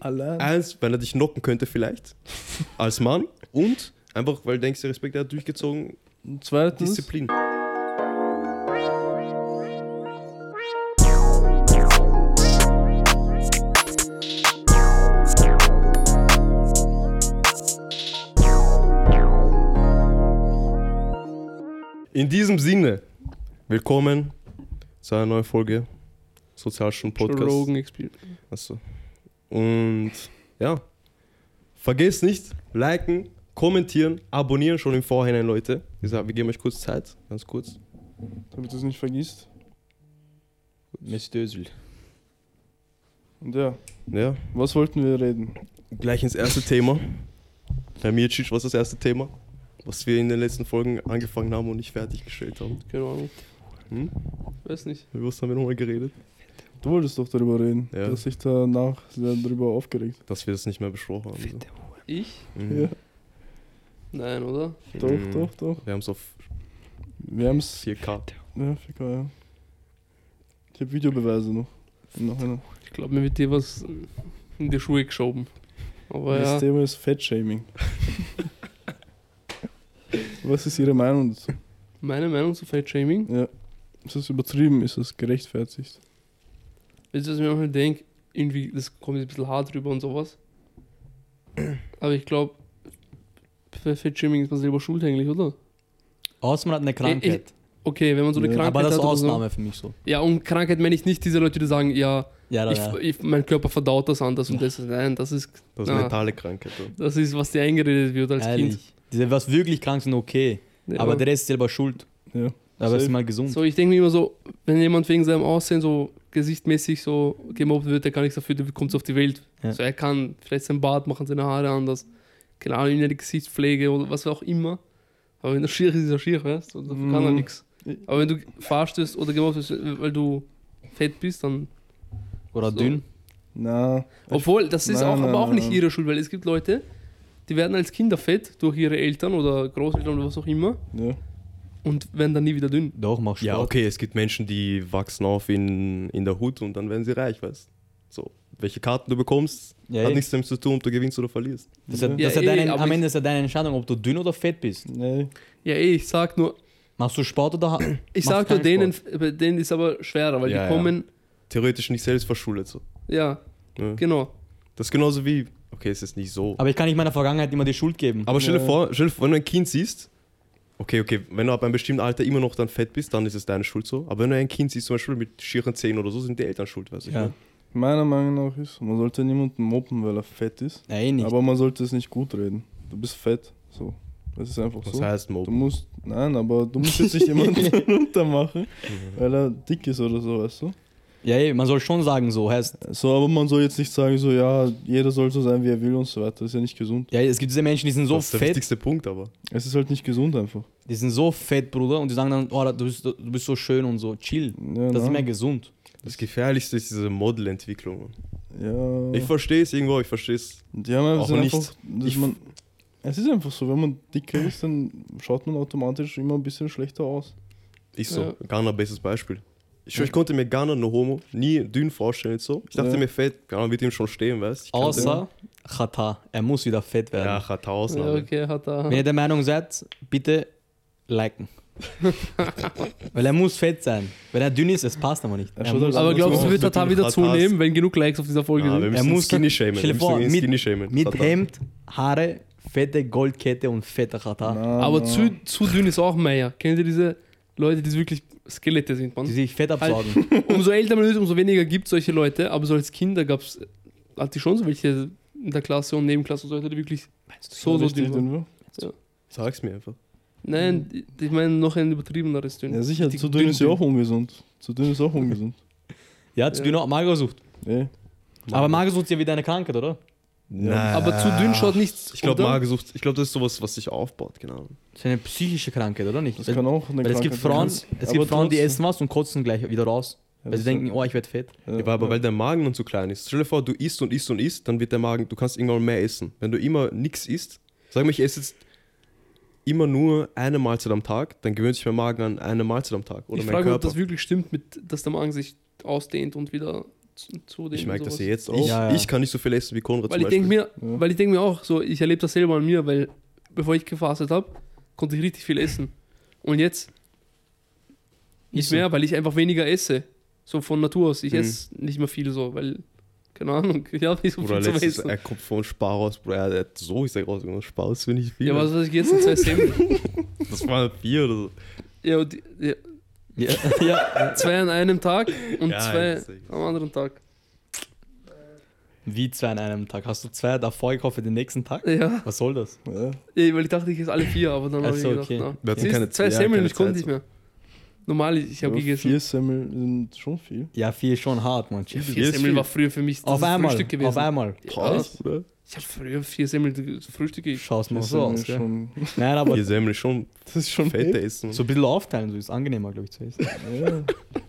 Allein. Eins, weil er dich knocken könnte vielleicht, als Mann. Und einfach, weil du denkst, der Respekt, er hat durchgezogen, Und Zweitens, Disziplin. In diesem Sinne, willkommen zu einer neuen Folge Sozialstunden Joe Podcast. Rogan Experience. Achso. Und ja, vergesst nicht, liken, kommentieren, abonnieren schon im Vorhinein, Leute. Wie gesagt, wir geben euch kurz Zeit, ganz kurz. Damit du es nicht vergisst. Miss Dösel. Und ja, Ja, was wollten wir reden? gleich ins erste Thema. Herr Mircic, was ist das erste Thema? Was wir in den letzten Folgen angefangen haben und nicht fertiggestellt haben. Keine Ahnung. Hm? Weiß nicht. Über was haben wir nochmal geredet? Du wolltest doch darüber reden. Ja. Du hast dich danach sehr darüber aufgeregt. Dass wir das nicht mehr besprochen haben. So. Ich? Mhm. Ja. Nein, oder? Doch, Mhm. doch, doch. Wir haben es auf Wir haben es. 4K. Ja, fick mal, ja. Ich habe Videobeweise noch. Im Nachhinein. Ich glaube, mir wird dir was in die Schuhe geschoben. Aber Das Oh, ja, Thema ist Fettshaming. was ist Ihre Meinung dazu? meine Meinung zu Fettshaming Ja. Ist das übertrieben? Ist das gerechtfertigt? ist, dass ich mir manchmal denke, irgendwie, das kommt jetzt ein bisschen hart rüber und sowas. Aber ich glaube, bei Fettshaming ist man selber schuld eigentlich, oder? Außer man hat eine Krankheit. Okay, wenn man so eine Ja, Krankheit aber das ist hat. oder Ausnahme für mich so. So. Ja, und Krankheit meine ich nicht diese Leute, die sagen, ja, Ja, ich, ja. Ich, mein Körper verdaut das anders und das. Nein, das ist, Das ist Ah. eine mentale Krankheit. so. das ist, was dir eingeredet wird als Ehrlich. Diese, was wirklich krank sind, okay. Kind. Aber Ja. der Rest ist selber schuld. Ja. Aber Safe. ist mal gesund. So, ich denke mir immer so, wenn jemand wegen seinem Aussehen so gesichtmäßig so gemobbt wird, der kann nichts dafür, der kommt so auf die Welt. Ja. So, er kann vielleicht sein Bart machen, seine Haare anders, keine Ahnung, innere Gesichtspflege oder was auch immer. Aber wenn er schier ist, ist er schier, weißt du? und Dafür kann er Mhm. nichts. Aber wenn du verstößt oder gemobbt wirst, weil du fett bist, dann. Oder so. dünn. Na, Obwohl, das ist Nein, auch, nein, aber auch nein, nicht nein. ihre Schuld, weil es gibt Leute, die werden als Kinder fett durch ihre Eltern oder Großeltern oder was auch immer ja. und werden dann nie wieder dünn. Doch, mach Sport. Ja, okay, es gibt Menschen, die wachsen auf in, in der Hut und dann werden sie reich, weißt So, welche Karten du bekommst, Ja, hat eh. nichts damit zu tun, ob du gewinnst oder verlierst. Das ist ja, das Ja, ist ja eh, deine, aber am ich- Ende ist ja deine Entscheidung, ob du dünn oder fett bist. Nee. Ja, eh, ich sag nur, Machst du Sport oder. Ich machst du sag nur keinen denen, Sport? bei denen ist aber schwerer, weil Ja, die ja. kommen, Theoretisch nicht selbst verschuldet. So. ja, Ne? genau. Das ist genauso wie, okay, es ist nicht so. Aber ich kann nicht meiner Vergangenheit immer die Schuld geben. Aber stell dir Ja. vor, stell dir vor, wenn du ein Kind siehst, okay, okay, wenn du ab einem bestimmten Alter immer noch dann fett bist, dann ist es deine Schuld so. Aber wenn du ein Kind siehst, zum Beispiel mit schieren Zähnen oder so, sind die Eltern schuld, weiß ich. ja. ne? Meiner Meinung nach ist, man sollte niemanden mobben, weil er fett ist. ja, eh nicht. Aber man sollte es nicht gut reden. Du bist fett. So. Das ist einfach Was so. heißt Du Mob? musst. Nein, aber du musst jetzt nicht jemanden runtermachen, weil er dick ist oder so, weißt du? ja, eh, man soll schon sagen, so heißt. So, aber man soll jetzt nicht sagen, so ja, jeder soll so sein, wie er will und so weiter. Das ist ja nicht gesund. Ja, es gibt diese Menschen, die sind so das ist der fett. wichtigste Punkt, aber. Es ist halt nicht gesund einfach. Die sind so fett, Bruder. Und die sagen dann, oh, du bist, du bist so schön und so. Chill. Ja, Das ist nein. mehr gesund. Das Gefährlichste ist diese Modelentwicklung. Ja. Ich verstehe es irgendwo, ich verstehe es. Die haben einfach, Auch sind nicht. einfach dass Ich- man, es ist einfach so, wenn man dicker ist, dann schaut man automatisch immer ein bisschen schlechter aus. Ich so, Ja. Ghana, bestes Beispiel. Ich, Ja. schwör, ich konnte mir Ghana no homo nie dünn vorstellen jetzt so. Ich dachte Ja. mir, fett, Ghana wird ihm schon stehen, weißt du? Außer Chata. Er muss wieder fett werden. Ja, hat eine Ja, Ausnahme. okay, hat er. Wenn ihr der Meinung seid, bitte liken. Weil er muss fett sein. Wenn er dünn ist, es passt aber nicht. Er Er schaut muss, halt aber Sonst glaubst du, muss wird man Tata mit wieder Tatas- zunehmen, wenn genug Likes auf dieser Folge Ah, wir sind? müssen Er muss- Skinny shamen. stell dir Wir vor, müssen ihn mit- Skinny shamen. mit Tata. Hemd, Haare, fette Goldkette und fetter Chata. Na, Aber na. zu, zu dünn ist auch Meier. Kennt ihr diese Leute, die wirklich Skelette sind, Die Mann? sich fett absaugen. Umso älter man wird, umso weniger gibt es solche Leute. Aber so als Kinder gab es, hatte ich schon so welche in der Klasse und Nebenklasse und so Leute, die wirklich so, so richtig dünn waren. dünn war. Sag's mir einfach. Nein, die- ich meine noch ein übertriebeneres Dünn. Ja, sicher, ne? Die zu dünn ist ja dünn auch ungesund. Zu dünn ist auch ungesund. Ja, zu Ja. dünn auch Magersucht. Nee. Aber Magersucht ist ja wieder eine Krankheit, oder? Nein. Aber zu dünn schaut nichts. Ich glaube, oder? Magersucht, ich glaube, das ist sowas, was sich aufbaut, genau. Das ist eine psychische Krankheit, oder nicht? Das Weil, kann auch eine weil es gibt Frauen, Krankheit es sein. gibt Aber Frauen die trotzdem. essen was und kotzen gleich wieder raus. Ja, Weil das- sie denken, oh, ich werde fett. ja, Ja, aber ja. weil der Magen dann zu klein ist. Stell dir vor, du isst und isst und isst, dann wird der Magen, du kannst irgendwann mehr essen. Wenn du immer nichts isst, sag mal, ich esse jetzt immer nur eine Mahlzeit am Tag, dann gewöhnt sich mein Magen an eine Mahlzeit am Tag. Oder ich mein frage mich, ob Körper. das wirklich stimmt, mit, dass der Magen sich ausdehnt und wieder zu- zunehmen. Ich merke das sowas. ja jetzt auch. Ich- Ich, Ja, ja. kann nicht so viel essen wie Konrad Weil zum ich denke Beispiel. mir, Ja. weil ich denk mir auch so, ich erlebe das selber an mir, weil bevor ich gefastet habe, konnte ich richtig viel essen. Und jetzt nicht mehr, weil ich einfach weniger esse. So von Natur aus. Ich Mhm. esse nicht mehr viel so, weil, keine Ahnung, ich habe nicht so Bruder, viel zu letztens, essen. er kommt von Spar raus, Bruder, er hat so, ich sag raus, Spar ist finde ich viel. Ja, was weiß ich jetzt in zwei Semmeln? das war ein Bier oder so. ja, und, die- ja, Ja, ja. zwei an einem Tag und Ja, zwei das ist- am anderen Tag. Wie zwei an einem Tag? Hast du zwei davor gekauft für den nächsten Tag? Ja, Was soll das? Ja. ja, weil ich dachte, ich esse alle vier, aber dann habe Ach ich so, gedacht, okay. na. Wir hatten Siehst, keine- zwei ja, Semmeln, keine ich konnte Zeit nicht mehr. Normal, ich, ich habe Ja, gegessen. Vier Semmel sind schon viel. Ja, viel schon hart, man. Ja, vier Vier ist Semmeln viel. war früher für mich das Auf ist einmal, Frühstück gewesen. auf einmal. Ja, Krass, Bruder. ich habe früher vier Semmeln Frühstück gegessen. Schaust mal Vier so Semmel aus, ist gell? schon. Nein, aber Hier Semmel schon Das ist schon fette heftig. essen. so ein bisschen aufteilen, so ist angenehmer, glaube ich, zu essen. Ja.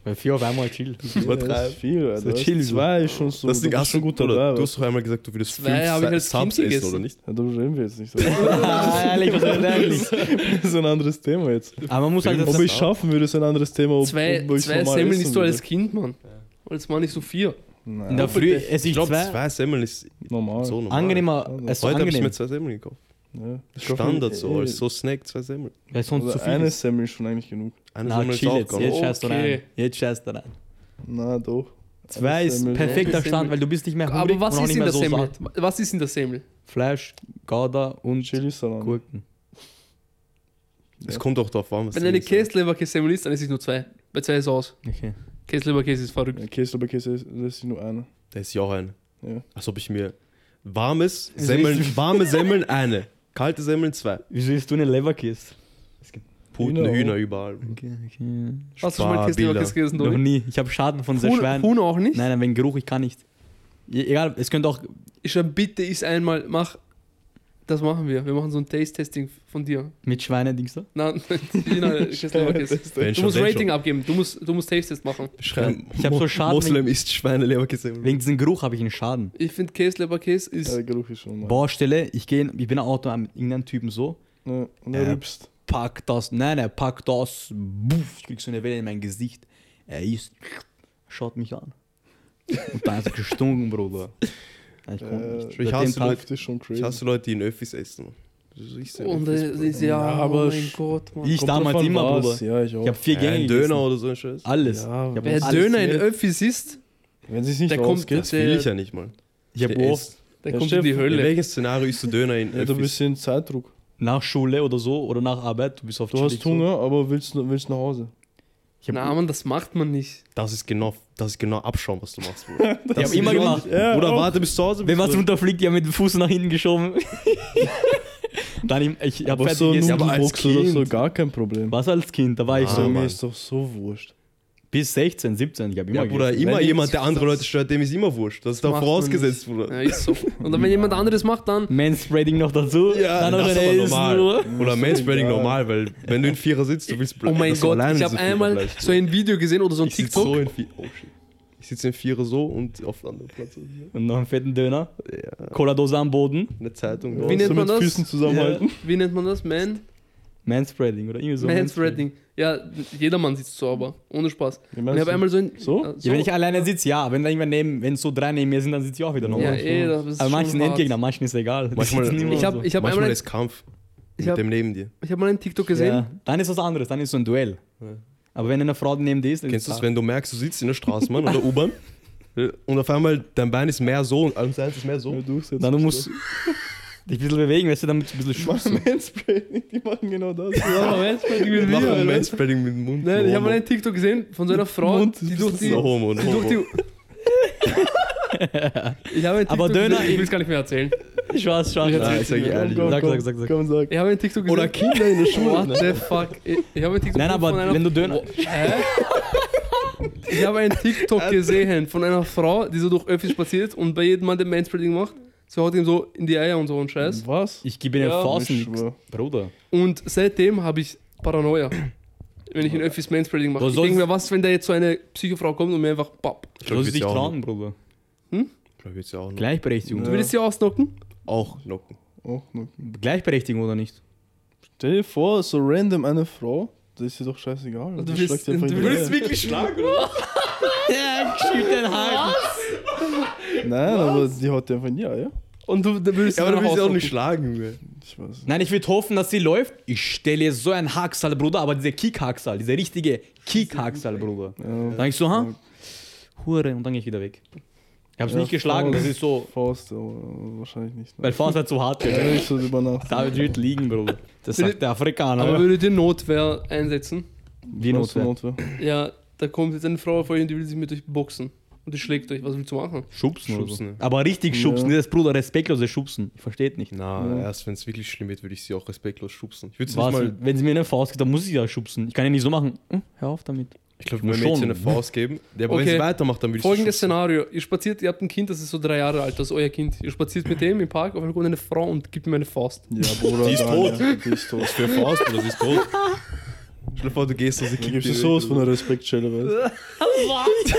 Weil vier auf einmal chill. Das ist übertreiben. viel, Alter. So chill, Zwei ist schon so. Das du Ding bist hast schon du gut gut, dabei. oder? Du weißt hast doch einmal gesagt, du würdest Zwei habe ich Sa- Subs als Kind essen, oder gegessen. nicht? Ja, darüber reden wir jetzt nicht. So. Ah, ehrlich, was ist ehrlich? Das ist ein anderes Thema jetzt. Aber man muss halt Ob ich schaffen würde, ist ein anderes Thema. Ob, Zwei, ob ich's zwei normal Semmeln essen isst du als würde. Kind, Mann. Als Mann nicht so vier. in der Nein, Früh esse Ich ich glaube, zwei. zwei Semmeln ist normal. so normal. Angenehmer, Normal. es ist so Heute habe ich mir angenehm. zwei Semmeln gekauft. Ja. Ich glaub, Standard eh, so, als so Snack, zwei Semmeln. Weil sonst oder zu viel Also eine ist. Semmel ist schon eigentlich genug. Eine Na, Semmel ist chill auch jetzt. gar Jetzt nicht. scheißt du Okay. rein. Jetzt scheißt du rein. Na doch. Zwei Eine ist Semmel. perfekter Semmel. Stand, weil du bist nicht mehr hungrig Aber was und auch ist nicht in mehr der so Semmel? satt. Was ist in der Semmel? Fleisch, Gouda und Chili Salat. Gurken. Es kommt auch drauf an, was Wenn du eine isst. Käsleberkäse-Semmel ist, dann esse ich nur zwei. Bei zwei ist aus. Okay. Käsleberkäse ist verrückt. Ja, Käse, aber Käse ist- das ist nur eine. Da ist ja auch eine. Ja. Als ob ich mir warmes Ist Semmeln, richtig. warme Semmeln eine, kalte Semmeln zwei. Wieso isst du eine Leberkäse? Puten, Hühner Hühner, auch. überall. Okay, okay. Hast du schon mal Spar, Käsleberkäse gegessen, Noch Domi? nie. Ich habe Schaden von sehr Huhn, schweren. Huhn auch nicht? Nein, nein, wegen Geruch, ich kann nicht. E- Egal, es könnte auch. Ich schreibe, bitte iss einmal, mach. Das machen wir. Wir machen so ein Taste-Testing von dir. Mit Schweinedings da? Nein, Lina, Käsleberkäse. Wenn Du schon, musst wenn Rating abgeben. Du musst, du musst Taste-Test machen. Schreiben, Ich hab so Mo- Schaden Moslem isst Schweine, Leberkäse. Wegen diesem Geruch habe ich einen Schaden. Ich finde, Käsleberkäse ist. Ja, der Geruch ist schon normal. Baustelle, ich gehe, ich bin am Auto mit irgendeinem Typen so, Ja, Ne, und er Ja. rübst. pack das, nein, nein, pack das, buff, ich krieg so eine Welle in mein Gesicht. Er ist, schaut mich an. Und dann hat er gestunken, Bruder. Nein, Ich konnte Äh, nicht. ich Seit dem hasse Tag, Das ist schon crazy. Ich hasse Leute, die in Öffis essen. Ah, So isst du Und Öffis, äh, Bruder. ist ja, Ja, aber aber oh mein sch- Gott, Mann. ich Kommt damals drauf an, immer, was. Bruder. Ja, ich auch. Ich habe vier Ja, Gänge ein gegessen. Döner oder so ein Scheiß. Ja, Alles. ich Wer habe alles Döner in gegessen. Öffis isst, Wenn sie es nicht Der kommt- rausgeht, der- Will ich ja nicht mal. Ich habe Der oft isst- der Ja, kommt in Chef, die In Hölle. welchem Szenario isst du Döner in ja, du bist Öffis? in Zeitdruck. nach Schule oder so oder nach Arbeit, du bist auf Du chillig hast so. Hunger, aber willst, willst nach Hause. Ich habe Na, Mann, das macht man nicht. Das ist genau, das ist genau Abschauen, was du machst, Bruder. Ich hab immer gemacht. Ja, Bruder, auch. warte bis zu Hause. Wenn bist was du- runterfliegt, ja mit dem Fuß nach hinten geschoben. Dann im, ich hab Aber fertig so gegessen. Ja, aber als Nudelbox oder so, Kind. gar kein Problem. Was als Kind, da war ich So, Ah, so Mann. mir ist doch so wurscht. bis 16, 17, ich hab immer Ja, Bruder, gegessen. immer Wenn jemand, ich- der andere Leute stört, dem ist immer wurscht. Das ist Das da macht man vorausgesetzt, Bruder. Ja, ist so. Und dann, wenn jemand anderes macht, dann. oh Manspreading noch dazu. Ja, dann noch das ist eine aber Essen, normal. Bruder. Oder Manspreading egal. normal, weil wenn du in Vierer sitzt, du willst Oh mein dass du Gott, alleine ich habe sitzt, einmal vielleicht. so ein Video gesehen oder so ein ich sitze TikTok. so in Vierer. Oh shit. Ich sitze in Vierer so und auf dem anderen Platz. Und noch einen fetten Döner. Ja, Cola-Dose am Boden. eine Zeitung. Wie Wie raus. nennt so man mit das? Füßen zusammenhalten. Wie nennt man das? Man? Manspreading oder irgendwie so. Manspreading. Ja, jedermann sitzt so aber. Ohne Spaß. Wie Und meinst ich habe du? einmal so ein. So? Ja, Ja, wenn ich alleine sitze, ja. Wenn da irgendwer neben, wenn so drei neben mir sind, dann sitze ich auch wieder ja, normal. eh, das ist Aber schon manchen sind hart. Endgegner, manchen ist egal. Die Manchmal- sitzen immer Ich habe so. ich hab Manchmal einmal, ist Kampf ich mit hab, dem neben dir. ich hab mal einen TikTok gesehen. Ja. Dann ist was anderes, dann ist so ein Duell. Ja. Aber wenn eine Frau neben dir ist, dann Kennst du ist Ah. das, wenn du merkst, du sitzt in der Straßenbahn oder U-Bahn und auf einmal dein Bein ist mehr so und alles eins ist mehr Ja, so? durchsetzen. Dann du musst dich ein bisschen bewegen, weißt du, damit du ein bisschen schubst. Mansplaining, die machen genau das. Ja, Manspreading mit Mach mir, ein Alter. Manspreading mit dem Mund. Nein, ich habe Homo. mal einen TikTok gesehen von so einer Frau, Mund, die durch die. So Homo, Die durch Homo. die ich habe einen TikTok Aber Döner- gesehen, ich will es gar nicht mehr erzählen. Ich weiß, schon. Ja, Nein, ist ja Komm, ehrlich. komm, Sag, komm, sag, sag, sag. Komm, sag. Ich habe einen TikTok gesehen. Oder Kinder in der Schule. What ne? the fuck? Ich, ich habe einen TikTok gesehen von aber einer wenn du Döner. Hä? Ich habe einen TikTok gesehen von einer Frau, die so durch Öffis spaziert und bei jedem Mann, der Manspreading macht, sie haut ihm so in die Eier und so und Scheiß. Was? Ich gebe dir Ja. Faust Ich nix. schwör. Bruder. Und seitdem habe ich Paranoia, wenn ich in Öffis Manspreading mache. Was Ich soll's- denke mir, was, wenn da jetzt so eine Psychofrau kommt und mir einfach papp. Ich glaub, Du ich sollst würd's dich ja auch trauen, noch- Bruder. Ich glaube, jetzt ja auch noch. Gleichberechtigung. Du Ja. würdest sie ausnocken? Auch knocken. Auch noch. Gleichberechtigung oder nicht? Stell dir vor, so random eine Frau, das ist dir doch scheißegal. Und du Die willst, schlägt du einfach in die willst Eier. wirklich schlagen? oder? Ja, schieb den Haken. Nein, aber die hat einfach ein Ja, ja. Und du da würdest Ja, aber dann du willst ja auch rausrufen. nicht schlagen, Junge. Ich weiß. Nein, ich würde hoffen, dass sie läuft. Ich stelle ihr so einen Hacksal, Bruder, aber dieser Kick-Hacksal, dieser richtige Kick-Hacksal, Bruder. Dann denk ich so, ha? Hure, und dann gehe ich wieder weg. Ich habe es Ja, nicht geschlagen, Faust- das ist so, Faust, aber wahrscheinlich nicht. ne? weil Faust hat zu hart Ja, gegangen. ich so drüber nach. Da wird liegen, Bruder. Das Bitte? sagt der Afrikaner. Aber würdet ihr Notwehr einsetzen? Wie Was für Notwehr? Notwehr. Ja, da kommt jetzt eine Frau vor euch und die will sich mit euch boxen. Und die schlägt euch. Was willst du machen? Schubsen, oder Schubsen, so. ja. Aber richtig Ja. schubsen, das ist Bruder, respektlose Schubsen. Ich versteht nicht. Na, Ja. erst wenn es wirklich schlimm wird, würde ich sie auch respektlos schubsen. Ich würde sie nicht Was, mal. wenn sie mir eine Faust gibt, dann muss ich ja schubsen. Ich kann ja nicht so machen. Hm, hör auf damit. Ich glaube, Nur mein Mädchen schon. eine Faust geben. Ja, aber wenn Okay. sie weitermacht, dann würde ich sie Folgendes schubsen. Szenario. Ihr spaziert, ihr habt ein Kind, das ist so drei Jahre alt, das ist euer Kind. Ihr spaziert mit dem im Park, auf einmal kommt eine Frau und gibt ihm eine Faust. Ja, Bruder. Die ist nein, tot. Ja, die ist tot. Was für eine Faust, Bruder, sie ist tot. Stell dir vor, du gehst und sie Da kickt gibt es dir- sowas von einer Respektschelle, weißt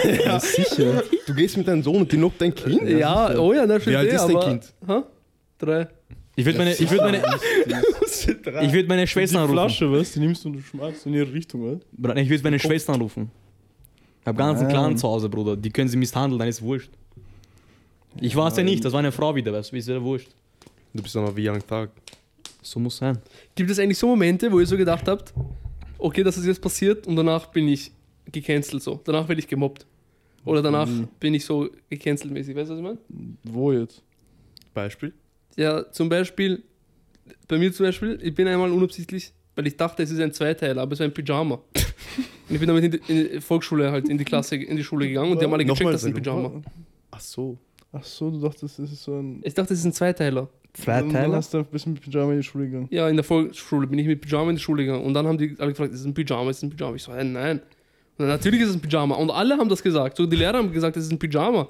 du? Ja, sicher. Du gehst mit deinem Sohn und die knockt dein Kind? Ja, oh ja, na schön. Wie alt ist dein Kind? Hä? Drei. Ich würde meine, ich würd meine, ich würd meine Schwester Die anrufen. Flasche, weißt du, die nimmst du und du schmeißt in ihre Richtung, weißt du? Bruder, Ich würde meine Schwester anrufen. Ich habe ganzen Nein. Clan zu Hause, Bruder. Die können sie misshandeln, dann ist wurscht. Ich war es ja Nein. nicht, das war eine Frau wieder, weißt du, ist ja wurscht. Du bist aber wie am Tag. So muss sein. Gibt es eigentlich so Momente, wo ihr so gedacht habt, okay, das ist jetzt passiert und danach bin ich gecancelt so. Danach werde ich gemobbt. Oder danach Mhm. bin ich so gecancelt mäßig. Weißt du, was ich meine? Wo jetzt? Beispiel? Ja, zum Beispiel, bei mir zum Beispiel, ich bin einmal unabsichtlich, weil ich dachte, es ist ein Zweiteil, aber es war ein Pyjama. und ich bin damit in die, in die Volksschule halt, in die Klasse, in die Schule gegangen und die haben alle gecheckt, Nochmal das ist ein Sendung. Pyjama. Ach so. Ach so, du dachtest, das ist so ein. Ich dachte, es ist ein Zweiteiler. Und Dann hast du ein bisschen mit Pyjama in die Schule gegangen. Ja, in der Volksschule bin ich mit Pyjama in die Schule gegangen und dann haben die alle gefragt, ist es ein Pyjama, ist es ein Pyjama? Ich so, hey, nein. Und dann, natürlich ist es ein Pyjama. Und alle haben das gesagt. So, die Lehrer haben gesagt, es ist ein Pyjama.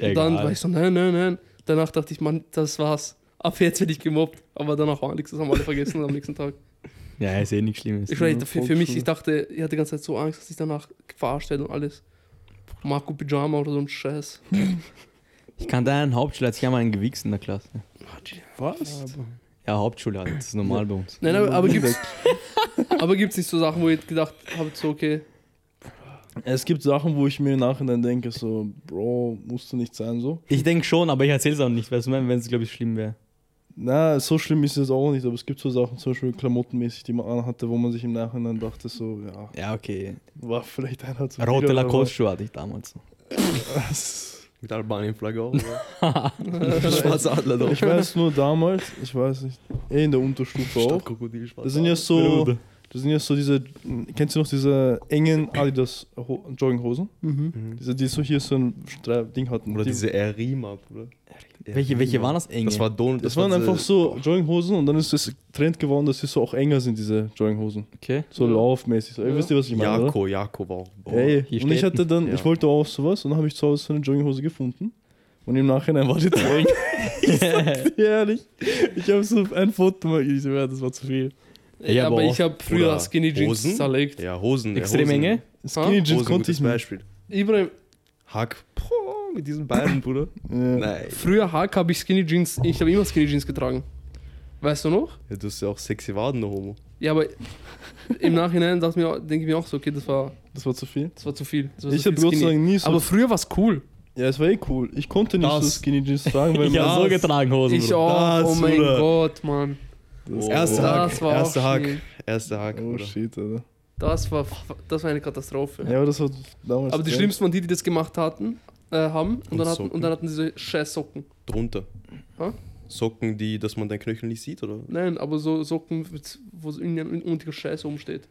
Und dann war ich so, nein, nein, nein. Danach dachte ich, Mann, das war's. Ab jetzt werde ich gemobbt. Aber danach war nichts, das haben alle vergessen am nächsten Tag. Ja, ist eh nichts Schlimmes. Ich weiß, nur für, für mich, Volksschule. ich dachte, ich hatte die ganze Zeit so Angst, dass ich danach verarscht werde und alles. Marco Pyjama oder so ein Scheiß. Ich kann deinen Hauptschüler, als ich einmal einen gewichst in der Klasse. Was? Ja, Hauptschule halt, das ist normal bei uns. Nein, aber, aber gibt's. aber gibt's nicht so Sachen, wo ihr gedacht habt, so, okay, Es gibt Sachen, wo ich mir im Nachhinein denke, so, Bro, musst du nicht sein, so. Ich denke schon, aber ich erzähl's auch nicht, weißt du, wenn es, glaube ich, schlimm wäre. Na, so schlimm ist es auch nicht, aber es gibt so Sachen, zum Beispiel klamottenmäßig, die man anhatte, wo man sich im Nachhinein dachte, so, ja, Ja, okay. war vielleicht einer zu viel, Rote aber- Lacoste-Schuhe hatte ich damals. Mit Albanien-Flagge auch. Schwarze Adler drauf. Ich weiß nur damals, ich weiß nicht, eh in der Unterstufe auch. Stadtkrokodil, schwarze Das sind ja so, das sind ja so diese, kennst du noch diese engen Adidas Ho- Jogginghosen? Diese, die so hier so ein Stre- Ding hatten. Oder die, diese Erima, Bruder. Welche, welche waren das enge? Das war Donald. das waren einfach so Jogginghosen und dann ist es Trend geworden, dass sie so auch enger sind, diese Jogginghosen. Okay. So Ja. laufmäßig. So. Ihr Ja. wisst ihr, was ich meine, oder? Jako, Jako war auch. Ey, hier und ich steht- hatte dann, ja. ich wollte auch sowas und dann habe ich zu Hause so eine Jogginghose gefunden. Und im Nachhinein war die zu eng. Ehrlich. Ich habe so ein Foto mal ich so, ja, das war zu viel. Ey, Ja, aber, aber ich habe früher Oder Skinny Jeans Hosen? zerlegt. Ja, Hosen. ja, Extrem Hosen. enge? Skinny Ah? Jeans Hosen, konnte gutes ich nicht. Beispiel. Ibrahim, Hack. Boah, mit diesen Beinen, Bruder. Ja. Nein. früher Hack habe ich Skinny Jeans, ich habe immer Skinny Jeans getragen. Weißt du noch? Ja, du hast ja auch sexy Waden, der Homo. Ja, aber im Nachhinein dachte ich mir, denke ich mir auch so, okay, das war, Das war zu viel. das war zu viel. Das war Ich so habe viel Gott sei Skinny. Dank nie so. Aber Ah, früher war es cool. ja, es war eh cool. Ich konnte nicht so Das- Skinny Jeans tragen, weil Ich man- habe so getragen, Hosen. Ich Also, Bruder. auch. Das, oh mein Bruder. Gott, Mann. Das- Erster oh, Das Hack. war auch Erster Hack. schwierig. Erster Hack, Oh Bruder. shit, Alter. Das war, das war eine Katastrophe. Ja, aber das war damals. aber die geil. schlimmsten waren die, die das gemacht hatten, äh, haben und, Und dann hatten, Socken. und dann hatten diese scheiß Socken. Drunter. Hä? Socken, die, dass man dein Knöchel nicht sieht, oder? Nein, aber so Socken, mit- wo so irgendein unnötiger Scheiß umsteht.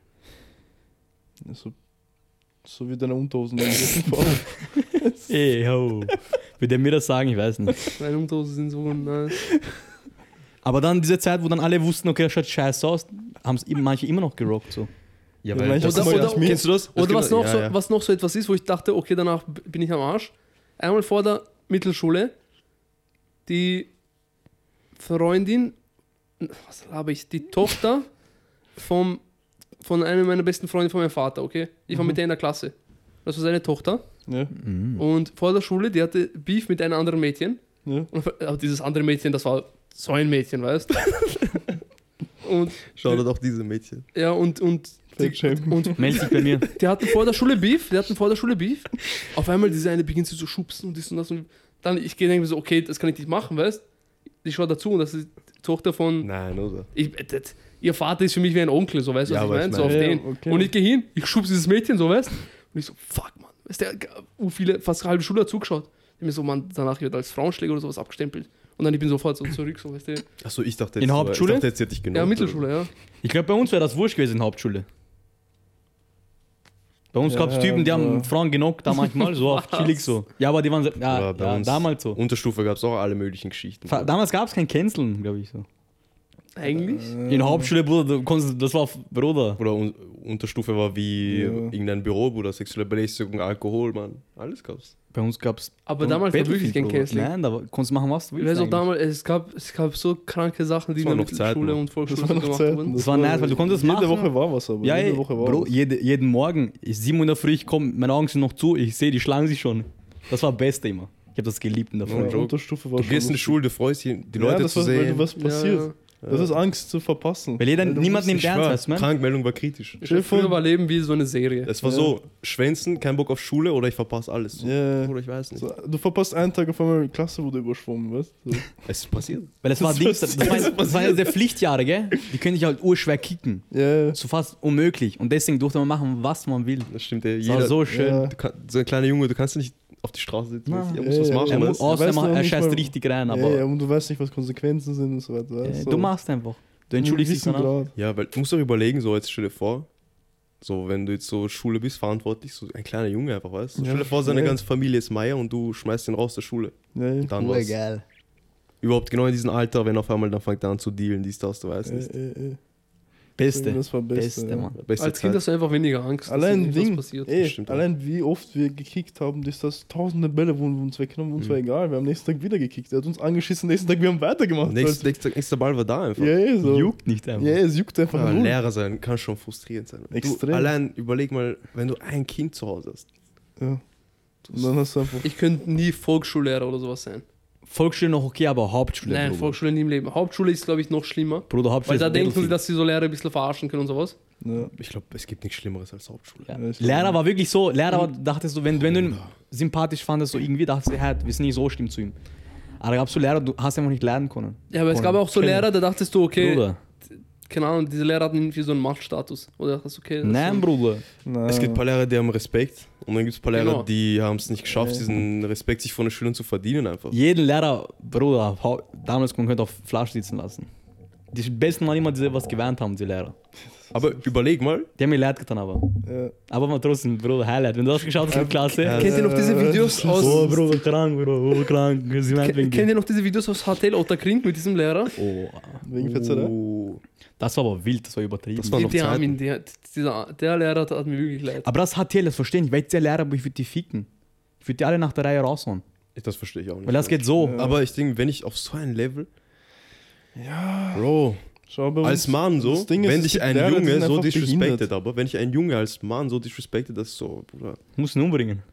So, so wie deine Unterhosen. Ey, ho. Würde er mir das sagen? Ich weiß nicht. Meine Unterhosen sind so nice. Aber dann diese Zeit, wo dann alle wussten, okay, das schaut scheiße aus, haben es manche immer noch gerockt. So. Ja, weil- das Oder- ist oder- das Meme. Kennst du das? Das Oder was gibt- noch, ja, so, ja. was noch so etwas ist, wo ich dachte, okay, danach b- bin ich am Arsch. Einmal vor der Mittelschule, die Freundin, was habe ich, die Tochter vom, von einem meiner besten Freunde von meinem Vater, okay? Ich Mhm. war mit der in der Klasse. Das war seine Tochter. ja, Mm. Hm. Und vor der Schule, die hatte Beef mit einem anderen Mädchen. ja. Und auf- aber dieses andere Mädchen, das war so ein Mädchen, weißt du? Und Schau dir doch diese Mädchen. ja, und, und Fat Shaming. Und Meld dich bei mir. die hatten vor der Schule Beef, die hatten vor der Schule Beef. Auf einmal diese eine beginnt sie zu schubsen und dies und das. Und dann ich gehe denke mir so, okay, das kann ich nicht machen, weißt Ich schaue dazu und das ist die Tochter von. Nein, oder? Ich, äh, das, ihr Vater ist für mich wie ein Onkel, so weißt du, was Ja, ich aber ich meine? So auf meine- Ja, den. okay. Und ich gehe hin, ich schubse dieses Mädchen, so weißt Und ich so, fuck, Mann. Weißt du, uh, viele, fast halbe Schule hat zugeschaut. Ich mir so, Mann, danach wird als Frauenschläger oder sowas abgestempelt. Und dann ich bin sofort so zurück, so weißt du. Achso, ich dachte In war- Hauptschule? Ich dachte, jetzt hätte ich genommen. Ja, Mittelschule, ja. Ich glaube, bei uns wäre das wurscht gewesen in der Hauptschule. Bei uns Ja, gab es Typen, die aber- haben Frauen genockt, da manchmal so auf chillig so. Ja, aber die waren so, Oder ja, bei ja uns damals so. Unterstufe gab es auch alle möglichen Geschichten. Fa- Damals gab es kein Canceln, glaube ich so. Eigentlich. Äh, In der Hauptschule, Bruder, du konntest, das war auf- Bruder. Oder un Unterstufe war wie Ja. irgendein Büro, Bruder, sexuelle Belästigung, Alkohol, Mann. Alles gab's. Bei uns gab es. Aber damals war wirklich kein Canceling. Nein, da war- konntest machen, was du Ich weiß willst. Also auch eigentlich. damals, es gab, es gab so kranke Sachen, die Das waren in der noch Zeiten. Mittelschule und Volksschule Das waren noch so gemacht Zeiten. wurden. Das war nice, weil du konntest Jede machen. Woche war was, aber Ja, jede ey, Woche war Bro, was. jede, jeden Morgen, ich 7 Uhr in der Früh, ich komme, meine Augen sind noch zu, ich sehe, die schlagen sich schon. Das war das Beste immer. Ich habe das geliebt in der No Früh. ja, joke. Unterstufe war Du gehst in die Schule, du freust dich, die Leute ja, das zu war, weil sehen. du was passiert. Ja, ja. Das ist Angst zu verpassen. Weil jeder, du niemand musst- nimmt Ich schwör, ernst, weißt du, man? Krankmeldung war kritisch. Stell dir vor, war Leben wie so eine Serie. Es war Ja. so, schwänzen, kein Bock auf Schule oder ich verpasse alles. So. Ja. Oder ich weiß nicht. So, du verpasst einen Tag auf einmal, die Klasse wurde überschwommen, weißt du? So. Es ist passiert. Weil es war Das Dienstag, ist- das waren das war diese Pflichtjahre, gell? Die können dich halt urschwer kicken. Ja, So fast unmöglich. Und deswegen durfte man machen, was man will. Das stimmt ja Das war jeder. so schön. ja. du kann, so ein kleiner Junge, du kannst nicht auf die Straße sitzen. Na. Er muss was Ja, ja. machen. Er, muss, weißt du? außer er, weißt macht- noch er nicht scheißt mal- richtig rein, ja, aber ja, und du weißt nicht, was Konsequenzen sind und so weiter. äh, weißt du machst einfach. Du entschuldigst dich danach. danach. Ja, weil du musst doch überlegen, so jetzt stell dir vor, so wenn du jetzt so Schule bist, verantwortlich, so ein kleiner Junge einfach, weißt du? Ja, stell dir vor, seine ja. ganze Familie ist Meier und du schmeißt ihn raus der Schule. Ja, ja. Und dann was? geil. Überhaupt genau in diesem Alter, wenn auf einmal dann fängt er an zu dealen, dies, das, du weißt nicht. Äh, äh, äh. Beste. Das war Beste, Beste, ja. Mann. Beste Als Kind Zeit. hast du einfach weniger Angst, dass Allein irgendwas Ding, passiert. ey, Stimmt, ja. allein wie oft wir gekickt haben, ist das tausende Bälle wurden uns weggenommen, Mhm. uns war egal, wir haben am nächsten Tag wieder gekickt, er hat uns angeschissen, nächsten Tag wir haben weitergemacht. Nächster, nächster, nächster Ball war da einfach. ja, ja, so. Juckt nicht einfach. Ah, Ja, es juckt einfach Ja, null. Lehrer sein kann schon frustrierend sein. Du, Extrem. allein überleg mal, wenn du ein Kind zu Hause hast. Ja. Und dann hast du einfach. Ich könnte nie Volksschullehrer oder sowas sein. Volksschule noch okay, aber Hauptschule. Nein, Bruder. Volksschule nie im Leben. Hauptschule ist, glaube ich, noch schlimmer. Bruder, Hauptschule Weil da ist denken sie, Battlefield. dass sie so Lehrer ein bisschen verarschen können und sowas. Ja. Ich glaube, es gibt nichts Schlimmeres als Hauptschule. Ja. Ja, ich glaub, Lehrer ja. war wirklich so, Lehrer war, dachtest du, wenn, wenn du ihn sympathisch fandest, so irgendwie dachtest du, hey, wir sind nicht so schlimm zu ihm. Aber gab es so Lehrer, du hast einfach nicht lernen können. Ja, aber es gab auch so Kenn- Lehrer, da dachtest du, okay, Bruder. keine Ahnung, diese Lehrer hatten irgendwie so einen Machtstatus. Oder dachtest du, okay, das ist so- Nein, Bruder. Nein. Es gibt ein paar Lehrer, die haben Respekt und dann gibt es ein paar Lehrer, Genau. die haben es nicht geschafft, Ja. diesen Respekt sich von den Schülern zu verdienen einfach. Jeden Lehrer, Bruder, hau- damals man könnte auf Flasch sitzen lassen. Die besten waren immer diese, was gewarnt haben, die Lehrer. Aber überleg mal, Die haben mir leid getan, aber. Ja. Aber mal trotzdem, Bruder, Highlight. Wenn du das geschaut hast in der Klasse. Ja. Kennt ihr noch diese Videos aus. Oh, Bruder, krank, Bruder, oh, krank. Sie meint Ke- wegen Kennt ihr noch diese Videos aus Hotel Otterkring mit diesem Lehrer? Oh, Wegen ne? Fetzerei? Oh, Uh, das war aber wild, das war übertrieben. Das war- noch die, die haben Zeiten. ihn, der, dieser, der Lehrer hat, hat mir wirklich leid. aber das hat hier, das verstehe ich. nicht, Weil der Lehrer, aber ich würde die ficken. Ich würde die alle nach der Reihe raushauen. das verstehe ich auch nicht. Weil das geht so. Ja. Aber ich denke, wenn ich auf so ein Level. Ja. Bro, Schau bei uns. als Mann so, das Ding ist, wenn es dich gibt ein Lehrer, die Junge sind so einfach disrespektet, behindert. aber wenn ich ein Junge als Mann so disrespektet, das ist so, Bruder. Muss ihn umbringen.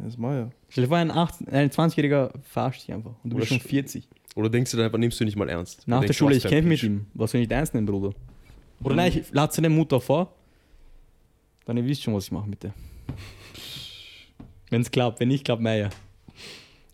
Ja, ist Maya. Stell dir vor, ein, 18 ein 20-Jähriger verarscht dich einfach. Und du bist Oder schon 40. Oder denkst du dann einfach, nimmst du nicht mal ernst? Nach Denkst der du, Schule, was ich für ein kämpfe mit Bitch. ihm. Was soll ich nicht ernst nehmen, Bruder? Oder nein, ich lade seine Mutter vor. Dann ihr wisst schon, was ich mache mit der. Wenn es klappt, wenn nicht klappt, naja.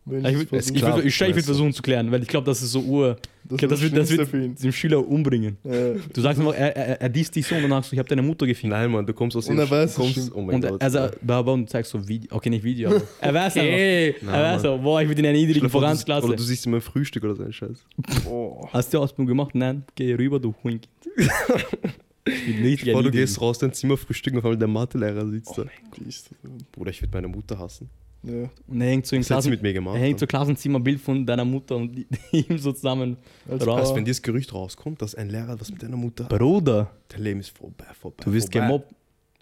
Wenn Ich, würd- das ich, versuche. klappt, würd- ich, ich würde weißt du. versuchen zu klären, weil ich glaube, das ist so Ur. Ich glaub, das, ist wird, das Schlimmste für ihn. wird den Schüler umbringen. Ja. Du sagst immer, er, er, er dies, dies so und danach so, ich habe deine Mutter gefickt. Nein, Mann, du kommst aus Und dem er weiß es du kommst, schon. oh mein Und also er, Gott. er sagt, Baba, und zeigst so Video. Okay, nicht Video, aber. Er weiß einfach. Hey, Na, er weiß Mann. einfach, boah, ich würde ihn erniedrigen, Stell dir vor, du- Voransklasse. Oder du siehst ihm ein Frühstück oder so ein Scheiß. Oh. Hast du Ausbildung gemacht? Nein, geh rüber, du Huink. Ich bin nicht Bevor du erniedrigen. gehst raus, dein Zimmer frühstücken, auf einmal der Mathelehrer Oh sitzt da. die ist das. Bruder, ich würde meine Mutter hassen. Ja. Und er hängt so im Was hat sie Klassen mit mir er gemacht? hängt so Klassenzimmerbild von deiner Mutter und die- ihm so zusammen. Als Raus. Also, wenn dieses Gerücht rauskommt, dass ein Lehrer was mit deiner Mutter hat, Bruder, dein Leben ist vorbei, vorbei. du wirst vorbei. gemobbt.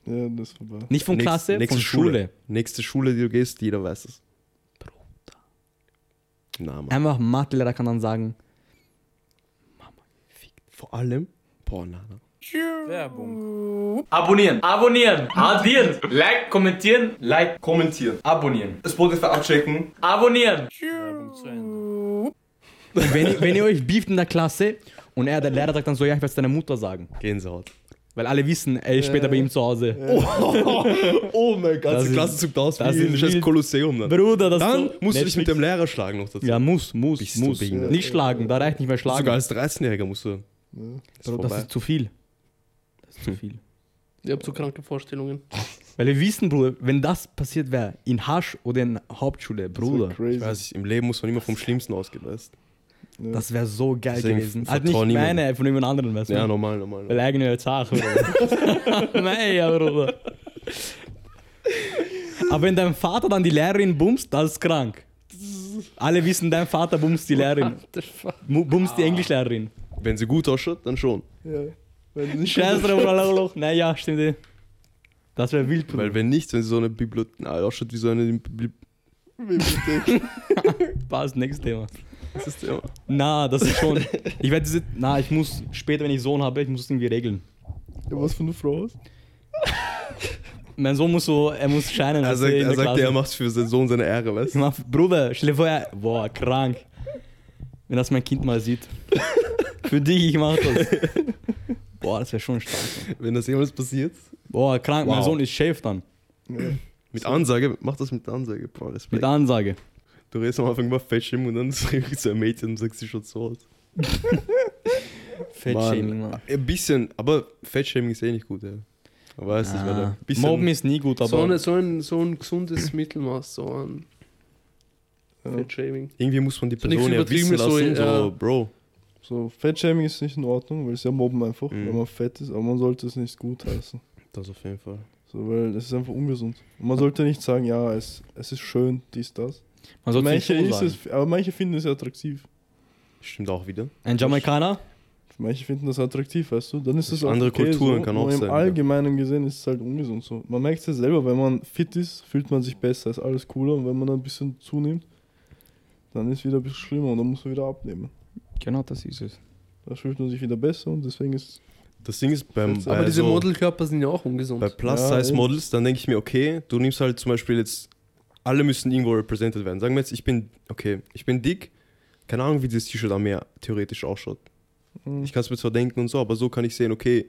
Ja, das ist vorbei. Nicht von Nächst- Klasse, nächste von Schule. Nächste Schule, die du gehst, jeder weiß es. Bruder. Na, Mann. Einfach Mathelehrer kann dann sagen, Vor allem, boah, na, na. Abonnieren. Abonnieren. Addieren. Like, kommentieren. Like, kommentieren. Abonnieren. Spotify abchecken. Abonnieren. wenn, wenn ihr euch beeft in der Klasse und er, der Lehrer sagt dann so, ja, ich werde es deiner Mutter sagen. Gänsehaut. Weil alle wissen, er ist später bei ihm zu Hause. Oh mein Gott, Das die ist- Klasse zuckt aus das wie ein ist scheiß wild. Kolosseum. Ne? Bruder, das Dann ist so- musst du dich mit Netflix- dem Lehrer schlagen noch dazu. Ja, muss, muss, Bist du muss. behindert? Nicht schlagen, da reicht nicht mehr schlagen. Sogar als 13-Jähriger musst du. Ist Bro, das vorbei. ist zu viel. Das ist zu viel. Ich habe so kranke Vorstellungen. Weil wir wissen, Bruder, wenn das passiert wäre, in Hasch oder in Hauptschule, Bruder, ich weiß Crazy. nicht, im Leben muss man immer vom Schlimmsten ausgehen, weißt du? das wäre so geil Deswegen gewesen. vertrau Halt nicht niemandem. meine, von jemand anderem, weißt du? Ja, normal, normal. Weil eigene als Sache, Bruder. Nein, ja, Bruder. Aber wenn dein Vater dann die Lehrerin bumst, das ist krank. Alle wissen, dein Vater bumst die Lehrerin. Alter, fuck. Mu- Bumst Ah. die Englischlehrerin. Wenn sie gut ausschaut, dann schon. Ja. Wenn du nicht Scheiße, Bruder. Naja, stimmt. eh. Das wäre wild, Bruder. Weil wenn nicht, wenn sie so eine Bibliothek ausschaut wie so eine Bibli Bibliothek. Passt, nächstes Thema. das ist ja- Na, das ist schon. Ich werde diese. Na, ich muss später, wenn ich Sohn habe, ich muss das irgendwie regeln. Was für eine Frau hast? Mein Sohn muss so, er muss scheinen. Er als sagt, in er, der sagt Klasse. ja, er macht für seinen Sohn seine Ehre, weißt Ich mach, Bruder, stell dir vor, er, boah, krank. Wenn das mein Kind mal sieht. Für dich, ich mach das. Boah, das wäre schon stark. du? Wenn das jemals passiert. Boah, krank, mein Wow. Sohn ist Chef dann. Mit Ansage, mach das mit Ansage. Boah, Respekt. Mit Ansage. du redest am Anfang immer Fettshaming und dann sagst du zu einem Mädchen und sagst sie schon so aus. Fettshaming, Mann. Ein bisschen, aber Fettshaming ist eh nicht gut, ja. Aber es ist Ah, leider ein bisschen. Mobben ist nie gut, aber. So, eine, so, ein, so ein gesundes Mittelmaß, so an Ja. Fettshaming. irgendwie muss man die So nichts Person ja wissen lassen, so, Übertriebenes, so, ja. Bro. So, Fettshaming ist nicht in Ordnung, weil es ist ja Mobben einfach, Mhm. wenn man fett ist, aber man sollte es nicht gut heißen. Das auf jeden Fall. So, weil es ist einfach ungesund. Und man sollte nicht sagen, ja, es, es ist schön, dies, das. Man soll's nicht manche so ist sagen. es, aber manche finden es attraktiv. Stimmt auch wieder. Ein Jamaikaner? Manche finden das attraktiv, weißt du? Dann ist es auch Andere okay, Kulturen so, kann nur auch sein, Im ja. Allgemeinen gesehen ist es halt ungesund so. Man merkt es ja selber, wenn man fit ist, fühlt man sich besser, ist alles cooler und wenn man dann ein bisschen zunimmt, dann ist wieder ein bisschen schlimmer und dann muss man wieder abnehmen. Genau, das ist es. Da fühlt man sich wieder besser und deswegen ist Das Ding ist, beim, Also- Aber bei, Aber diese so, Modelkörper sind ja auch ungesund. bei Ja, eben. Plus-Size-Models, dann denke ich mir, okay, du nimmst halt zum Beispiel jetzt, alle müssen irgendwo represented werden. Sagen wir jetzt, ich bin, okay, ich bin dick, keine Ahnung, wie dieses T-Shirt an mir theoretisch ausschaut. Mhm. Ich kann es mir zwar denken und so, aber so kann ich sehen, okay,